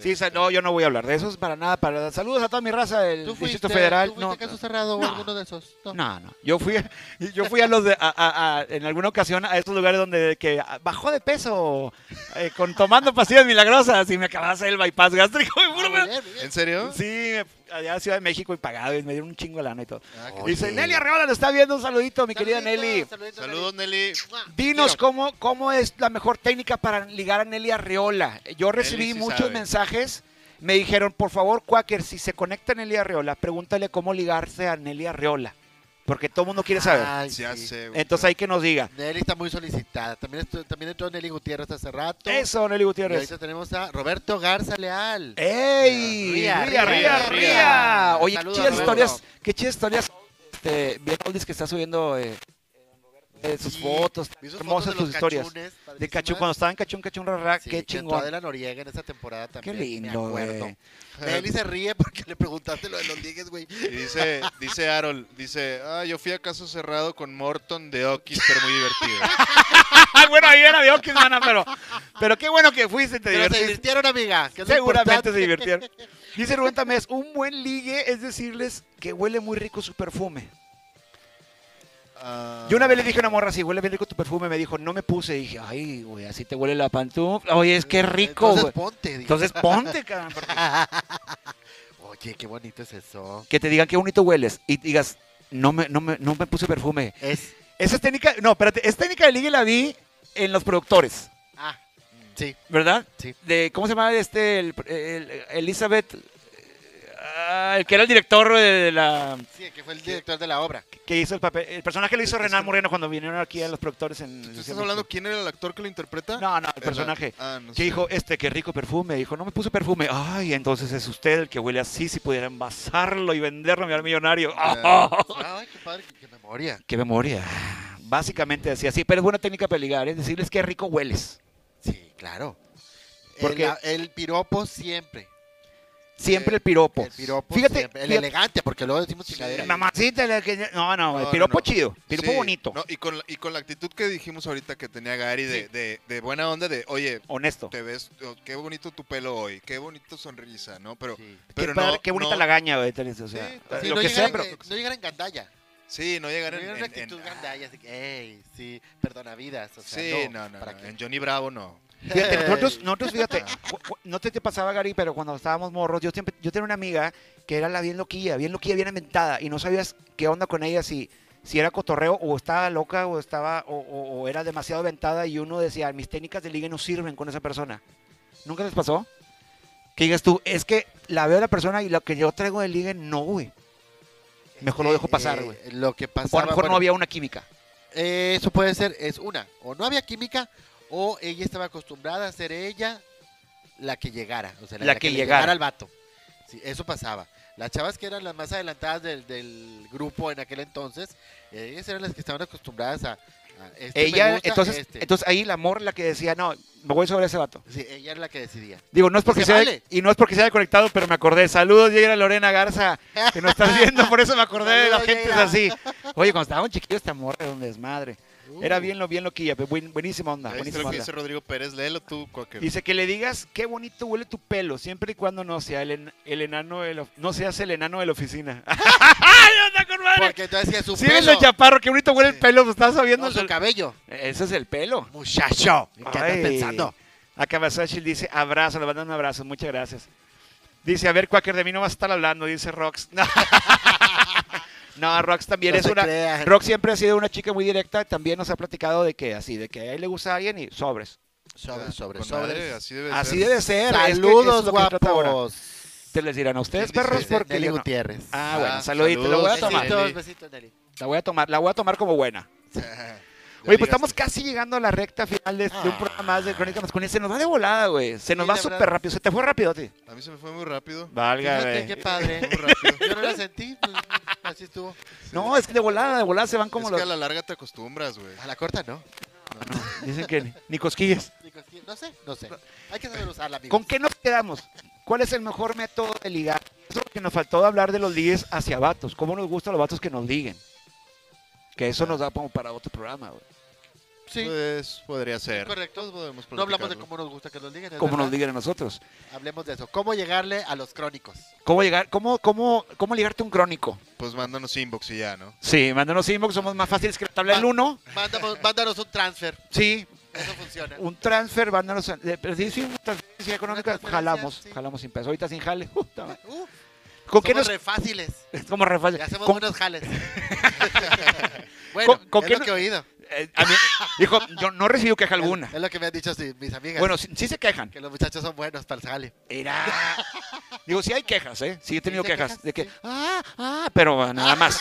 A: Sí, sa- no, yo no voy a hablar de eso, es para nada. Para... Saludos a toda mi raza del
B: ¿Tú
A: Distrito
B: fuiste,
A: Federal.
B: ¿tú fuiste
A: No,
B: a caso cerrado
A: No.
B: o alguno de esos? No.
A: No, no. Yo fui, (laughs) a- yo fui a los de, a- a- a- en alguna ocasión a estos lugares donde que ah, bajó de peso eh, con tomando pastillas milagrosas y me acababa de hacer el bypass gástrico. (laughs) y
B: Ah,
A: puro-
B: muy bien, muy bien.
C: ¿En serio?
A: sí, me- allá a Ciudad de México y pagado y me dieron un chingo de lana y todo.
C: Ah, qué
B: Oye.
A: Dice, Nelly Arreola lo está viendo, un saludito, mi querida
B: Saluditos,
A: Nelly.
B: saluditos,
C: Saludos, Nelly.
B: Nelly.
A: Dinos
B: Quiero.
A: cómo, cómo es la mejor técnica para ligar a Nelly Arreola. Yo recibí
C: sí
A: muchos
C: sabe.
A: mensajes. Me dijeron, por favor, Quaker, si se conecta Nelly Arreola, pregúntale cómo ligarse a Nelly Arreola. Porque todo el mundo quiere saber.
B: Ay,
C: Ya
B: sí.
C: sé, güey.
A: Entonces hay que nos diga.
B: Nelly está muy solicitada. También, estu- también entró Nelly Gutiérrez hace rato.
A: Eso, Eh, Nelly
B: Y
A: Gutiérrez.
B: ahorita tenemos a Roberto Garza Leal.
A: ¡Ey!
B: Ría,
A: ¡Ría, ría,
B: ría,
A: ría!
B: ría.
A: Oye,
B: Saludos,
A: qué chidas
B: Roberto.
A: historias. Qué chidas historias. Este, bien oldies que está subiendo eh, eh, sus
B: Sí,
A: fotos.
B: Vi sus
A: hermosas
B: fotos de los
A: sus historias.
B: cachunes,
A: De
B: padrísimas.
A: Cachún, cuando estaba en Cachún, Cachún Rarra,
B: Sí, que
A: qué
B: entró
A: chingón.
B: Adela Noriega en esa temporada también.
A: Qué lindo,
B: me acuerdo.
A: güey.
B: Nelly se ríe porque le preguntaste lo de los ligues, güey.
C: Y dice, dice Harold, dice, ah, yo fui a caso cerrado con Morton de Oquis, pero muy divertido.
A: Ah, bueno, ahí era de Oquismana, pero, pero qué bueno que fuiste, te
B: Pero se
A: divertiste.
B: divirtieron, amiga. que es lo
A: Seguramente se
B: importante.
A: divirtieron. Dice Rubén Tamés, un buen ligue es decirles que huele muy rico su perfume.
C: Ah,
A: Yo una vez le dije a una morra así, huele bien rico tu perfume, me dijo, no me puse. Y dije, ay, güey, así te huele la pantufla. Oye, es que rico,
B: Entonces
A: güey.
B: ponte. dijo.
A: Entonces ponte, cabrón. porque-
B: Oye, qué bonito es eso.
A: Que te digan qué bonito hueles y digas, no me, no me, no me puse perfume.
B: Es.
A: Esa es técnica, no, espérate, esa técnica de ligue la vi en los productores,
B: Ah, sí.
A: ¿verdad?
B: Sí.
A: De, ¿Cómo se llama este? El, el- Elizabeth. eh, Ah, el que era el director de, de la.
B: Sí, que fue el director de la obra.
A: que hizo el papel. El personaje lo hizo Renan Moreno cuando vinieron aquí a los productores en.
E: ¿Tú estás hablando quién era el actor que lo interpreta?
A: No, no, el personaje.
E: Ah, no
A: Que
E: sé.
A: dijo, este, qué rico perfume. Dijo, no me puse perfume. Ay, entonces es usted el que huele así. Si pudiera envasarlo y venderlo, me haría millonario.
E: Ah.
B: Ay, qué padre, qué, qué memoria.
A: (laughs) ¡Qué memoria! Básicamente decía así. Pero es buena técnica para ligar, es decirles qué rico hueles.
B: Sí, claro.
A: Porque-
B: el, el piropo siempre.
A: Siempre
B: Eh,
A: el piropo.
B: El piropo
A: Pues, fíjate,
B: siempre. El
A: fíjate-
B: elegante, porque luego decimos chingadera.
A: Mamacita, la que- no, no, el
E: No,
A: piropo
E: no, no.
A: chido, piropo
E: Sí,
A: bonito,
E: no, y, con la, y con la actitud que dijimos ahorita que tenía Gary de, de- de buena onda, de oye,
A: honesto.
E: te ves, oh, qué bonito tu pelo hoy, qué bonito sonrisa, ¿no? Pero,
B: Sí.
E: pero
A: qué, padre,
E: no,
A: qué bonita
E: no-
A: lagaña, güey, tenés, o sea,
E: Sí,
B: Sí,
A: lo
B: no,
A: que
B: llegar
A: sea,
B: en,
A: pero
B: eh, no llegar en gandalla.
E: Sí, no llegar
B: No
E: en.
B: llegar en una
E: en- en-
B: actitud gandalla. Así que, ey, sí, perdona vidas. O sea,
E: sí,
B: no,
E: no, no.
B: ¿para
E: no,
B: qué?
E: En Johnny Bravo no.
B: (laughs)
A: Fíjate, nosotros,
B: Ey.
A: nosotros, fíjate, cu- cu- no te, te pasaba, Gary, pero cuando estábamos morros, yo siempre, yo tenía una amiga que era la bien loquilla, bien loquilla, bien inventada, y no sabías qué onda con ella, si, si era cotorreo, o estaba loca, o estaba, o, o- o era demasiado aventada, y uno decía, mis técnicas de liga no sirven con esa persona. ¿Nunca les pasó? Que digas tú, es que la veo a la persona y lo que yo traigo de liga no, güey. Mejor lo dejo pasar,
B: Eh,
A: güey.
B: Lo que
A: O
B: pasaba.
A: a lo mejor no
B: bueno,
A: había una química.
B: eh, Eso puede ser, es una. O no había química, o ella estaba acostumbrada a ser ella la que llegara. O sea, la,
A: La
B: la
A: que
B: le
A: llegara.
B: al vato. Sí, eso pasaba. Las chavas que eran las más adelantadas del, del grupo en aquel entonces, ellas eran las que estaban acostumbradas a. a este me
A: Ella,
B: gusta,
A: entonces,
B: este.
A: entonces ahí el amor la que decía, no, me voy sobre ese vato.
B: Sí, ella era la que decidía.
A: Digo, no es porque
B: se
A: sea
B: vale.
A: y no es porque sea conectado, pero me acordé. Saludos, Yeira Lorena Garza, que nos (laughs) estás viendo, por eso me acordé de la
B: Saludos,
A: gente es
B: Yeira.
A: así. Oye, cuando estábamos chiquillos, esta morra era un desmadre. Era
B: Uh.
A: bien lo bien loquilla, pero buen- buenísima onda,
C: Ahí está lo
A: buenísima
C: que
A: onda.
C: dice Rodrigo Pérez, léelo tú, Quaker.
A: Dice que le digas qué bonito huele tu pelo, siempre y cuando no sea el, en- el enano de la- no seas el enano de la oficina. (laughs) ¡Ay, anda con madre!
B: Uh, Porque tú decías su
A: Si eres
B: pelo,
A: el chaparro, qué bonito huele el pelo, pues estás sabiendo.
B: no su cabello.
A: Ese es el pelo.
B: Muchacho, ¿en ¿qué andas
A: Ay.
B: pensando?
A: A Kawasashi dice, abrazo, le mandan un abrazo, muchas gracias. Dice, a ver, Quaker, de mí no vas a estar hablando, dice Rox. (laughs) no, Rox también
B: No
A: es
B: se
A: una...
B: crean.
A: Rox siempre ha sido una chica muy directa, también nos ha platicado de que así, de que a él le gusta a alguien y sobres.
B: Sobre, sobre,
E: Con madre,
B: sobre.
E: así debe
A: Así
E: ser. (laughs)
A: debe ser. es que eso es
B: Saludos,
A: lo que se trata ahora.
B: guapos.
A: Te les dirán a ustedes,
E: ¿Quién dice?
A: perros,
B: Dice
A: porque
B: Nelly
A: yo no.
B: Gutiérrez.
A: Ah,
E: Ah,
A: bueno, saludito, la voy a
E: saludos,
A: tomar.
E: Nelly.
B: Besitos, besitos, Nelly.
A: La voy a tomar, la voy a tomar como buena. Oye, pues estamos casi llegando a la recta final de, de un programa más de Crónica Masculina. Se nos va de volada, güey. Se nos
B: Ah. Sí,
A: va
B: la verdad.
A: súper rápido. Se te fue rápido a ti.
E: A mí se me fue muy rápido.
A: Valga,
B: Fíjate
A: (laughs)
B: qué padre.
E: Muy rápido.
B: Yo no la sentí, pues, así estuvo.
A: No, es que de volada, de volada se van como
E: es
A: los...
E: que a la larga te acostumbras, güey.
B: A la corta no.
A: Dicen que ni- ni cosquillas.
B: (laughs) Digo, sí, No sé, no sé. Hay que saber usarla, amigos.
A: ¿Con qué nos quedamos? ¿Cuál es el mejor método de ligar? Eso que nos faltó de hablar de los ligues hacia vatos. ¿Cómo nos gustan los vatos que nos liguen? Que eso nos da como para otro programa, güey.
B: Sí,
C: Pues podría ser.
B: correcto.
E: Podemos
B: No hablamos de
E: platicarlo.
B: cómo nos gusta que nos digan. es
A: Cómo nos
B: verdad.
A: liguen a nosotros.
B: Hablemos de eso. ¿Cómo llegarle a los crónicos?
A: ¿Cómo llegar? ¿Cómo, cómo, cómo ligarte un crónico?
E: Pues mándanos inbox y ya, ¿no?
A: Sí, mándanos inbox, somos más fáciles que la tabla
B: Ah.
A: del 1. (laughs)
B: Mándanos, mándanos un transfer.
A: Sí,
B: Eso funciona.
A: un transfer, mándanos. a- eh, Pero sí, sí, una transferencia económica,
B: transferencia,
A: jalamos,
B: sí.
A: jalamos sin peso. Ahorita sin jale. (laughs) puta madre.
B: Uh,
A: ¿Con qué nos.?
B: somos re fáciles.
A: Como re (laughs) fácil.
B: Le hacemos
A: ¿Con-
B: buenos jales. bueno,
A: ¿Con- con
B: es
A: qué
B: lo
A: no-
B: que he oído.
A: eh, a mí- dijo, yo no recibió queja alguna.
B: Es, es lo que me han dicho sí, mis amigas.
A: Bueno, sí, sí se quejan.
B: que los muchachos son buenos para el jale. (laughs)
A: Era. Digo, sí hay quejas, ¿eh? Sí he tenido
B: hay
A: quejas.
B: quejas,
A: De que,
B: sí.
A: ah, ah, pero nada más.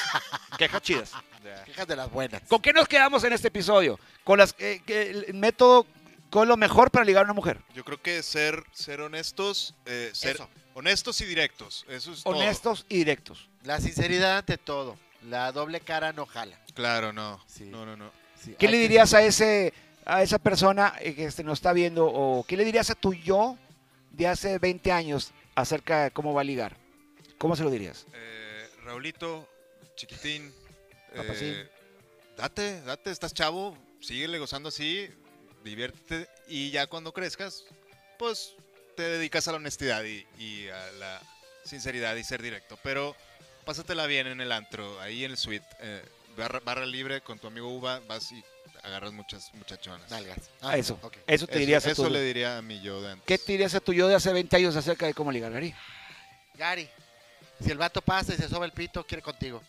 A: quejas chidas. Ah.
B: Fíjate de las buenas.
A: ¿Con qué nos quedamos en este episodio? Con las eh, que el método, con lo mejor para ligar a una mujer.
C: Yo creo que ser, ser honestos, eh, ser
B: Eso.
C: honestos y directos. Eso es todo.
A: Honestos y directos.
B: La sinceridad ante todo. La doble cara no jala.
C: Claro, no.
B: Sí.
C: No, no, no.
B: Sí,
A: ¿Qué
B: hay
A: le
B: que-
A: dirías a ese, a esa persona eh, que este, nos está viendo? ¿O qué le dirías a tu yo de hace 20 años acerca de cómo va a ligar? ¿Cómo se lo dirías?
C: Eh, Raulito, chiquitín.
A: Papacín.
C: eh, date, date, estás chavo. Síguele gozando así. Diviértete. Y ya cuando crezcas, pues te dedicas a la honestidad y, y a la sinceridad y ser directo. Pero pásatela bien en el antro, ahí en el suite. eh, barra, barra libre con tu amigo Uva, vas y agarras muchas muchachonas.
B: Nalgas.
A: A Ah, eso.
B: ok.
A: Eso te
C: Eso-
A: dirías
C: eso
A: a tu
C: le diría a mi yo de antes.
A: ¿Qué te dirías a tu yo de hace 20 años acerca de cómo ligar, Gary?
B: Gary, si el vato pasa y se soba el pito, quiere contigo.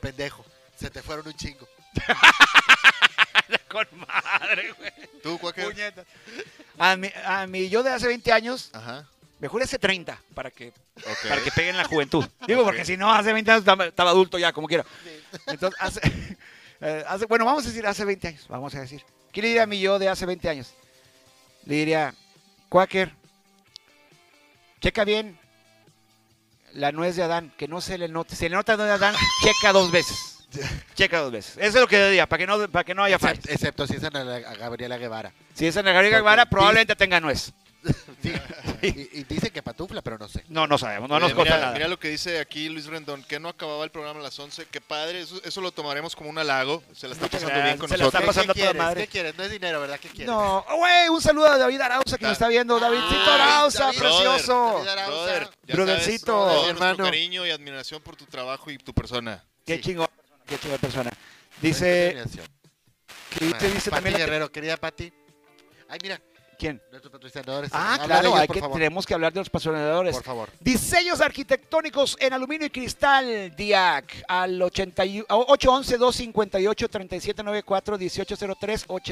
B: Pendejo. Se te fueron un chingo.
A: (laughs) Con madre, güey.
C: ¿Tú, Quaker?
A: A mi, a mi yo de hace 20 años
C: Ajá.
A: Mejor ese 30 para que,
E: Ok.
A: para que peguen
E: (laughs)
A: la juventud. Digo, porque si no, hace 20 años estaba, estaba adulto ya, como quiera. Entonces, hace, (laughs) eh, hace- bueno, vamos a decir hace 20 años, vamos a decir. ¿Qué le diría a mi yo de hace 20 años? Le diría, Quaker, checa bien la nuez de Adán, que no se le note. Se le nota la
E: (laughs)
A: nuez de Adán, checa dos veces. Checa dos veces. Eso es lo que yo diría, para que no, para que no haya fallas.
B: Except- Excepto si es Ana la- a Gabriela Guevara.
A: Si es Ana Gabriela Guevara, probablemente tenga nuez.
B: Sí. Y, y dice que patufla, pero no sé.
A: No, no sabemos, no nos
E: mira,
A: consta
E: mira-
A: nada.
E: mira lo que dice aquí Luis Rendón, que no acababa el programa a las 11. Qué padre, eso, eso lo tomaremos como un halago. Se la está
A: Muchas
E: pasando bien
A: gracias,
E: con
A: se la
E: nosotros.
A: está
B: ¿Qué-
A: pasando
B: ¿Qué
A: toda
B: quieres?
A: madre.
B: ¿Qué quieres? No es dinero, ¿verdad? ¿Qué quieres?
A: No, oh, güey, un saludo a David Arauza que nos está viendo. Davidcito
B: David,
A: Arauza,
B: David,
A: precioso.
B: David Arauza.
E: Brother, ya
A: Brothercito.
E: sabes, todo
B: Mi
E: nuestro
B: hermano.
E: cariño y admiración por tu trabajo y tu persona.
A: Qué
B: Sí.
A: chingón, qué chingón persona.
B: Qué
A: Dice,
B: alineación.
A: que dice, dice
B: Pati
A: también.
B: Guerrero, querida Pati. Ay, mira,
A: ¿Quién?
B: nuestros patrocinadores.
A: Ah,
B: Habla de
A: claro,
B: ellos,
A: hay
B: por
A: que,
B: favor.
A: tenemos que hablar de los patrocinadores.
B: Por favor.
A: Diseños arquitectónicos en aluminio y cristal, DIAC, al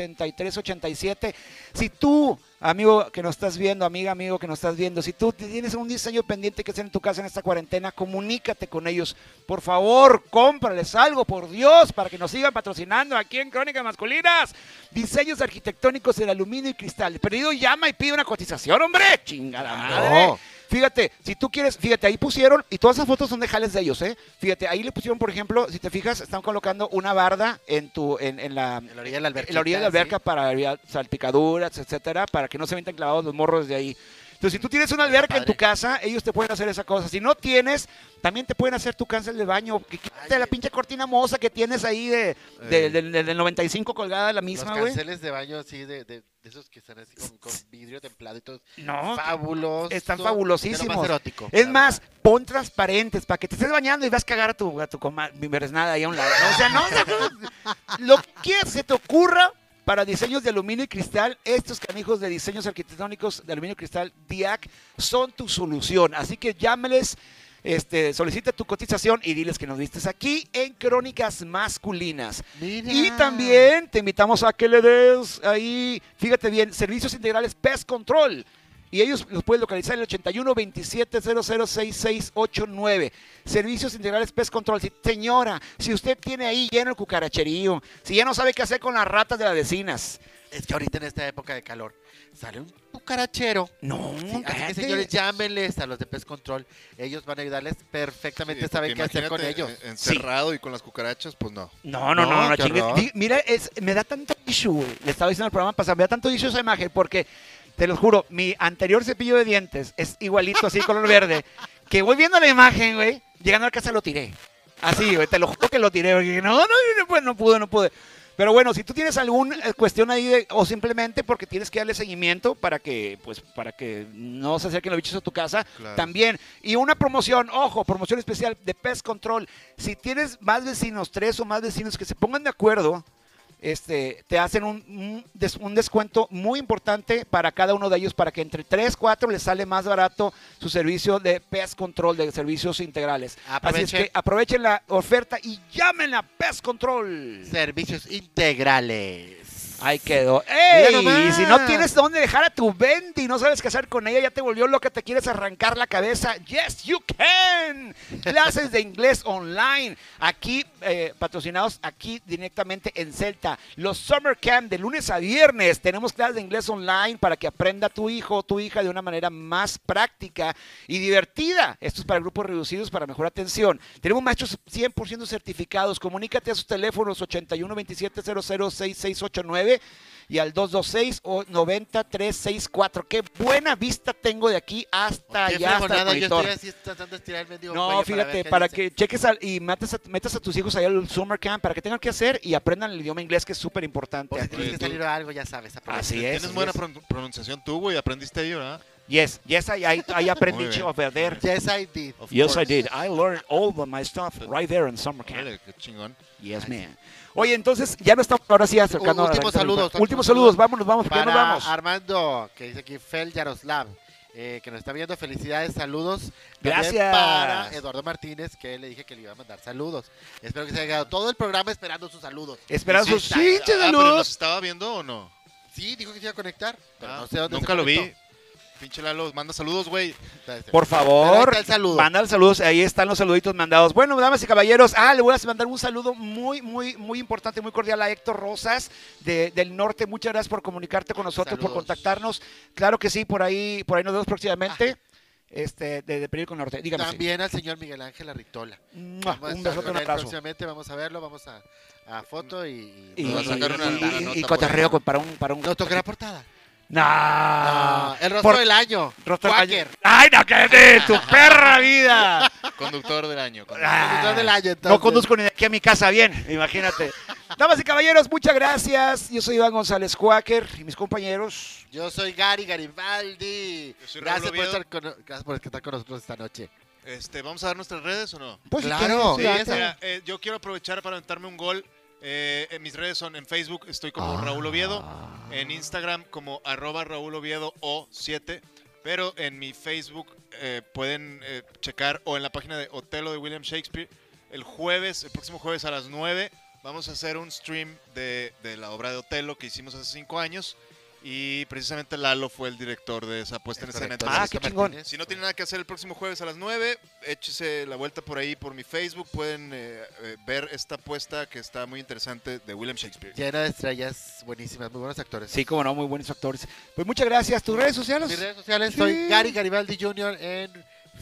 A: 811-258-3794-1803-8387. Si tú, amigo que nos estás viendo, amiga, amigo que nos estás viendo, si tú tienes un diseño pendiente que hacer en tu casa en esta cuarentena, comunícate con ellos. Por favor, cómprales algo, por Dios, para que nos sigan patrocinando aquí en Crónicas Masculinas. Diseños arquitectónicos en aluminio y cristal. Perdido llama y pide una cotización, hombre. Chingada madre.
B: No.
A: Fíjate, si tú quieres, fíjate, ahí pusieron, y todas esas fotos son de jales de ellos, ¿eh? Fíjate, ahí le pusieron, por ejemplo, si te fijas, están colocando una barda en tu, en, en la,
B: En la orilla de la alberca.
A: en Eh, la orilla de la alberca para evitar salpicaduras, etcétera, para que no se metan clavados los morros de ahí. Entonces, si tú tienes una alberca en tu
B: padre.
A: casa, ellos te pueden hacer esa cosa. Si no tienes, también te pueden hacer tu cáncer de baño. Que Quítate
B: Ay,
A: la
B: eh.
A: pinche cortina moza que tienes ahí de, de-
E: Eh.
A: del- del- del 95 colgada, la
B: Los
A: misma, güey.
B: canceles de baño, así, de, de, de esos que están así con, con vidrio templado y todo.
A: No,
B: Fabuloso.
A: están
B: de lo más
A: fabulosísimos.
B: erótico,
A: Es
B: la
A: más,
B: verdad.
A: pon transparentes para que te estés bañando y vas a cagar a tu, a tu coma- mi nada ahí a un lado. No, o sea, no, o sea, no. lo que se te ocurra para diseños de aluminio y cristal, estos canijos de diseños arquitectónicos de aluminio y cristal, DIAC, son tu solución. Así que llámales, este, solicita tu cotización y diles que nos vistes aquí en Crónicas Masculinas.
B: Mira.
A: Y también te invitamos a que le des ahí, fíjate bien, servicios integrales Pest Control. Y ellos los puedes localizar en el 81 27 006689. Servicios integrales Pest Control. Si- señora, si usted tiene ahí lleno el cucaracherío, si ya no sabe qué hacer con las ratas de las vecinas.
B: Es que ahorita en esta época de calor sale un cucarachero.
A: No,
B: Sí, así que
A: cállate.
B: señores, llámenles a los de Pest Control. Ellos van a ayudarles perfectamente,
E: Sí,
B: saben qué
E: porque
B: hacer con
E: imagínate,
B: ellos.
E: eh, Encerrado y con las cucarachas, pues no.
A: No, no, no, no,
B: No, qué
A: chingues.
B: horror.
A: Di- Mira, es, me da tanto issue, güey. Le estaba diciendo al programa pasado, me da tanto issue esa imagen porque, te lo juro, mi anterior cepillo de dientes es igualito así, color verde, que voy viendo la imagen, güey, llegando a la casa lo tiré. Así, güey, te lo juro que lo tiré. porque dije, no, no, no, pues no pude, no pude. Pero bueno, si tú tienes alguna eh, cuestión ahí de- o simplemente porque tienes que darle seguimiento para que, pues, para que no se acerquen los bichos a tu casa,
E: Claro.
A: también. Y una promoción, ojo, promoción especial de Pest Control. Si tienes más vecinos, tres o más vecinos que se pongan de acuerdo, este, te hacen un, un des- un descuento muy importante para cada uno de ellos, para que entre tres, cuatro les sale más barato su servicio de Pest Control, de servicios integrales. Así es
B: Aprovechen.
A: que aprovechen la oferta y llamen a Pest Control.
B: Servicios integrales.
A: Ahí quedó. ¡Eh! ¡Ey!
B: Mira nomás.
A: Y si no tienes dónde dejar a tu Bendy, no sabes qué hacer con ella, ya te volvió loca, te quieres arrancar la cabeza. Yes, you can. Clases de inglés online. Aquí, eh, patrocinados aquí directamente en Celta. Los Summer Camp de lunes a viernes. Tenemos clases de inglés online para que aprenda tu hijo o tu hija de una manera más práctica y divertida. Esto es para grupos reducidos para mejor atención. Tenemos maestros 100% certificados. Comunícate a sus teléfonos 81 27 00 6689 y al 226 o 90364. Qué buena vista tengo de aquí hasta
B: Qué
A: allá, hasta el
B: fregonada, yo
A: monitor.
B: estoy así tratando de estirar el mendigo cuello
A: No, fíjate,
B: ver qué
A: para
B: dice.
A: que cheques al- y metas a, metas a tus hijos allá al summer camp para que tengan que hacer y aprendan el idioma inglés que es súper importante.
B: Por si
A: aquí.
B: tienes que
E: tú-
B: salir a algo, ya sabes. aprovecha.
A: Así es.
E: Tienes
A: así
E: buena
A: es.
E: pron- pronunciación tú, güey. Aprendiste ahí, ¿verdad?
A: Yes, yes, I, I, I aprendí
E: Muy bien.
A: a perder.
B: Yes, I did.
E: Of
A: Yes, I
E: course.
A: did. I learned all of my stuff right there in summer camp.
E: Órale, qué chingón.
A: Yes, man. Oye, entonces, ya no estamos ahora sí acercando.
B: U- últimos saludos,
A: Últimos
B: últimos
A: saludos,
B: saludos.
A: vámonos, vamos, porque ya
B: Para
A: nos vamos.
B: Armando, que dice aquí, Fel Yaroslav, eh, que nos está viendo, felicidades, saludos. También
A: Gracias.
B: Para Eduardo Martínez, que le dije que le iba a mandar saludos. Espero que se haya quedado todo el programa esperando sus saludos.
A: Esperando
B: Y
A: sus
B: está-
A: sí,
E: Ah, pero
A: saludos.
E: ¿Nos estaba viendo o no?
B: Sí, dijo que se iba a conectar, pero
E: Ah,
B: no sé dónde
E: Nunca
B: se
E: lo vi.
B: conectó.
C: Pinche Lalo, manda saludos, güey.
A: Por
B: Pero ahí
A: favor,
B: está el saludo.
A: mandan saludos, ahí están los saluditos mandados. Bueno, damas y caballeros, ah, le voy a mandar un saludo muy, muy, muy importante, muy cordial a Héctor Rosas de- del Norte. Muchas gracias por comunicarte con nosotros, por
B: Saludos.
A: contactarnos. Claro que sí, por ahí, por ahí nos vemos próximamente. Este, de, de Periódico Norte. Dígame. sí.
B: Ah. También al señor Miguel Ángel Arritola.
A: Mua,
B: Vamos a
A: Un
B: estar
A: besote,
B: con
A: un
B: él
A: abrazo.
B: Próximamente vamos a verlo, vamos a, a foto y...
A: Y,
B: nos va a sacar una-
A: y-
B: una
A: y-
B: nota.
A: y
C: por
A: cotorreo
C: favor.
A: con- para un, para un.
B: No toqué la portada.
A: Nah.
B: Ah, el rostro
A: Por-
B: del año.
A: Rostro del
B: Quaker.
A: año. Ay, no, cállate, tu perra vida.
C: Conductor del año. conductor.
A: Ah.
B: Conductor del año,
A: No
B: entonces.
A: conduzco ni de aquí a mi casa bien, imagínate. (laughs) Damas y caballeros, muchas gracias. Yo soy Iván González Cuáquer y mis compañeros.
B: Yo soy Gary Garibaldi.
C: Yo soy Raúl
B: Gracias por,
C: Oviedo.
B: estar con, gracias por estar con nosotros esta noche.
C: Este, ¿Vamos a dar nuestras redes o no?
A: Pues, si
B: Claro,
A: quieres,
B: sí,
A: date.
C: Mira, eh, yo quiero aprovechar para aventarme un gol. Eh, en mis redes son en Facebook, estoy como
B: Ah,
C: Raúl Oviedo. En Instagram como arroba Raúl Oviedo O7. Pero en mi Facebook eh, pueden eh, checar o en la página de Otelo de William Shakespeare. El jueves, el próximo jueves a las 9, vamos a hacer un stream de, de la obra de Otelo que hicimos hace 5 años. Y precisamente Lalo fue el director de esa puesta pues en escena.
B: correcto.
C: Entonces,
A: Ah, qué chingón.
C: si no tienen nada que hacer el próximo jueves a las 9, échese la vuelta por ahí por mi Facebook. Pueden eh, eh, ver esta apuesta que está muy interesante de William Shakespeare.
B: Llena de estrellas buenísimas, muy buenos actores.
A: Sí, como no, muy buenos actores. Pues muchas gracias. ¿Tus redes
B: Mis
A: sociales?
B: redes sociales
A: Sí.
B: soy Gary Garibaldi Jr. en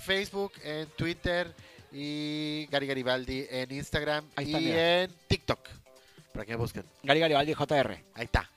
B: Facebook, en Twitter y Gary Garibaldi en Instagram
A: Ahí
B: y
A: está, mira.
B: en TikTok. Para que me busquen.
A: Gary Garibaldi, JR.
B: Ahí está.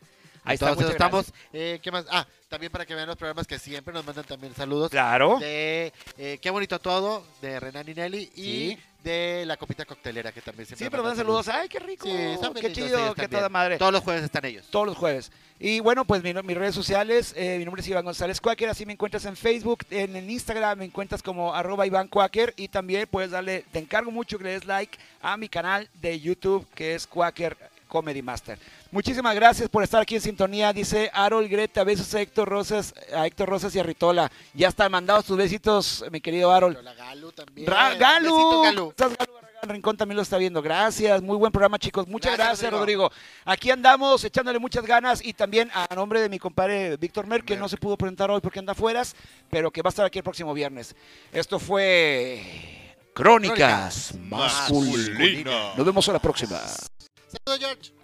A: Ahí está,
B: Entonces
A: muchas
B: estamos. eh, ¿Qué más? Ah, también para que vean los programas que siempre nos mandan también saludos.
A: Claro.
B: De eh, Qué bonito todo, de Renan y Nelly y
A: Sí.
B: de la copita coctelera que también siempre.
A: Sí, pero dan saludos. Ay, qué rico.
B: Sí, son
A: qué
B: bienvenidos
A: chido,
B: ellos
A: qué
B: también.
A: toda madre.
B: Todos los jueves están ellos.
A: todos los jueves. Y bueno, pues mi no- mis redes sociales, eh, mi nombre es Iván González Quaker, así me encuentras en Facebook, en, el Instagram me encuentras como arroba Iván Quaker y también puedes darle, te encargo mucho que le des like a mi canal de YouTube que es Quaker Comedy Master. Muchísimas gracias por estar aquí en sintonía, dice Harold Greta, besos a Héctor Rosas, a Héctor Rosas y a Ritola. Ya están mandados tus besitos, mi querido Harold.
B: Pero la Galu también.
A: Ra-
B: Besito,
A: Galo,
B: Galu.
A: ¿Estás, Galo Barragán? Rincón también lo está viendo. Gracias, muy buen programa, chicos. Muchas gracias,
B: Gracias,
A: Rodrigo.
B: Rodrigo.
A: Aquí andamos echándole muchas ganas y también a nombre de mi compadre Víctor Mer, que no se pudo presentar hoy porque anda afueras, pero que va a estar aquí el próximo viernes. Esto fue Crónicas, Masculinas.
C: Masculina.
A: Nos vemos a la próxima.
B: Saludos, George.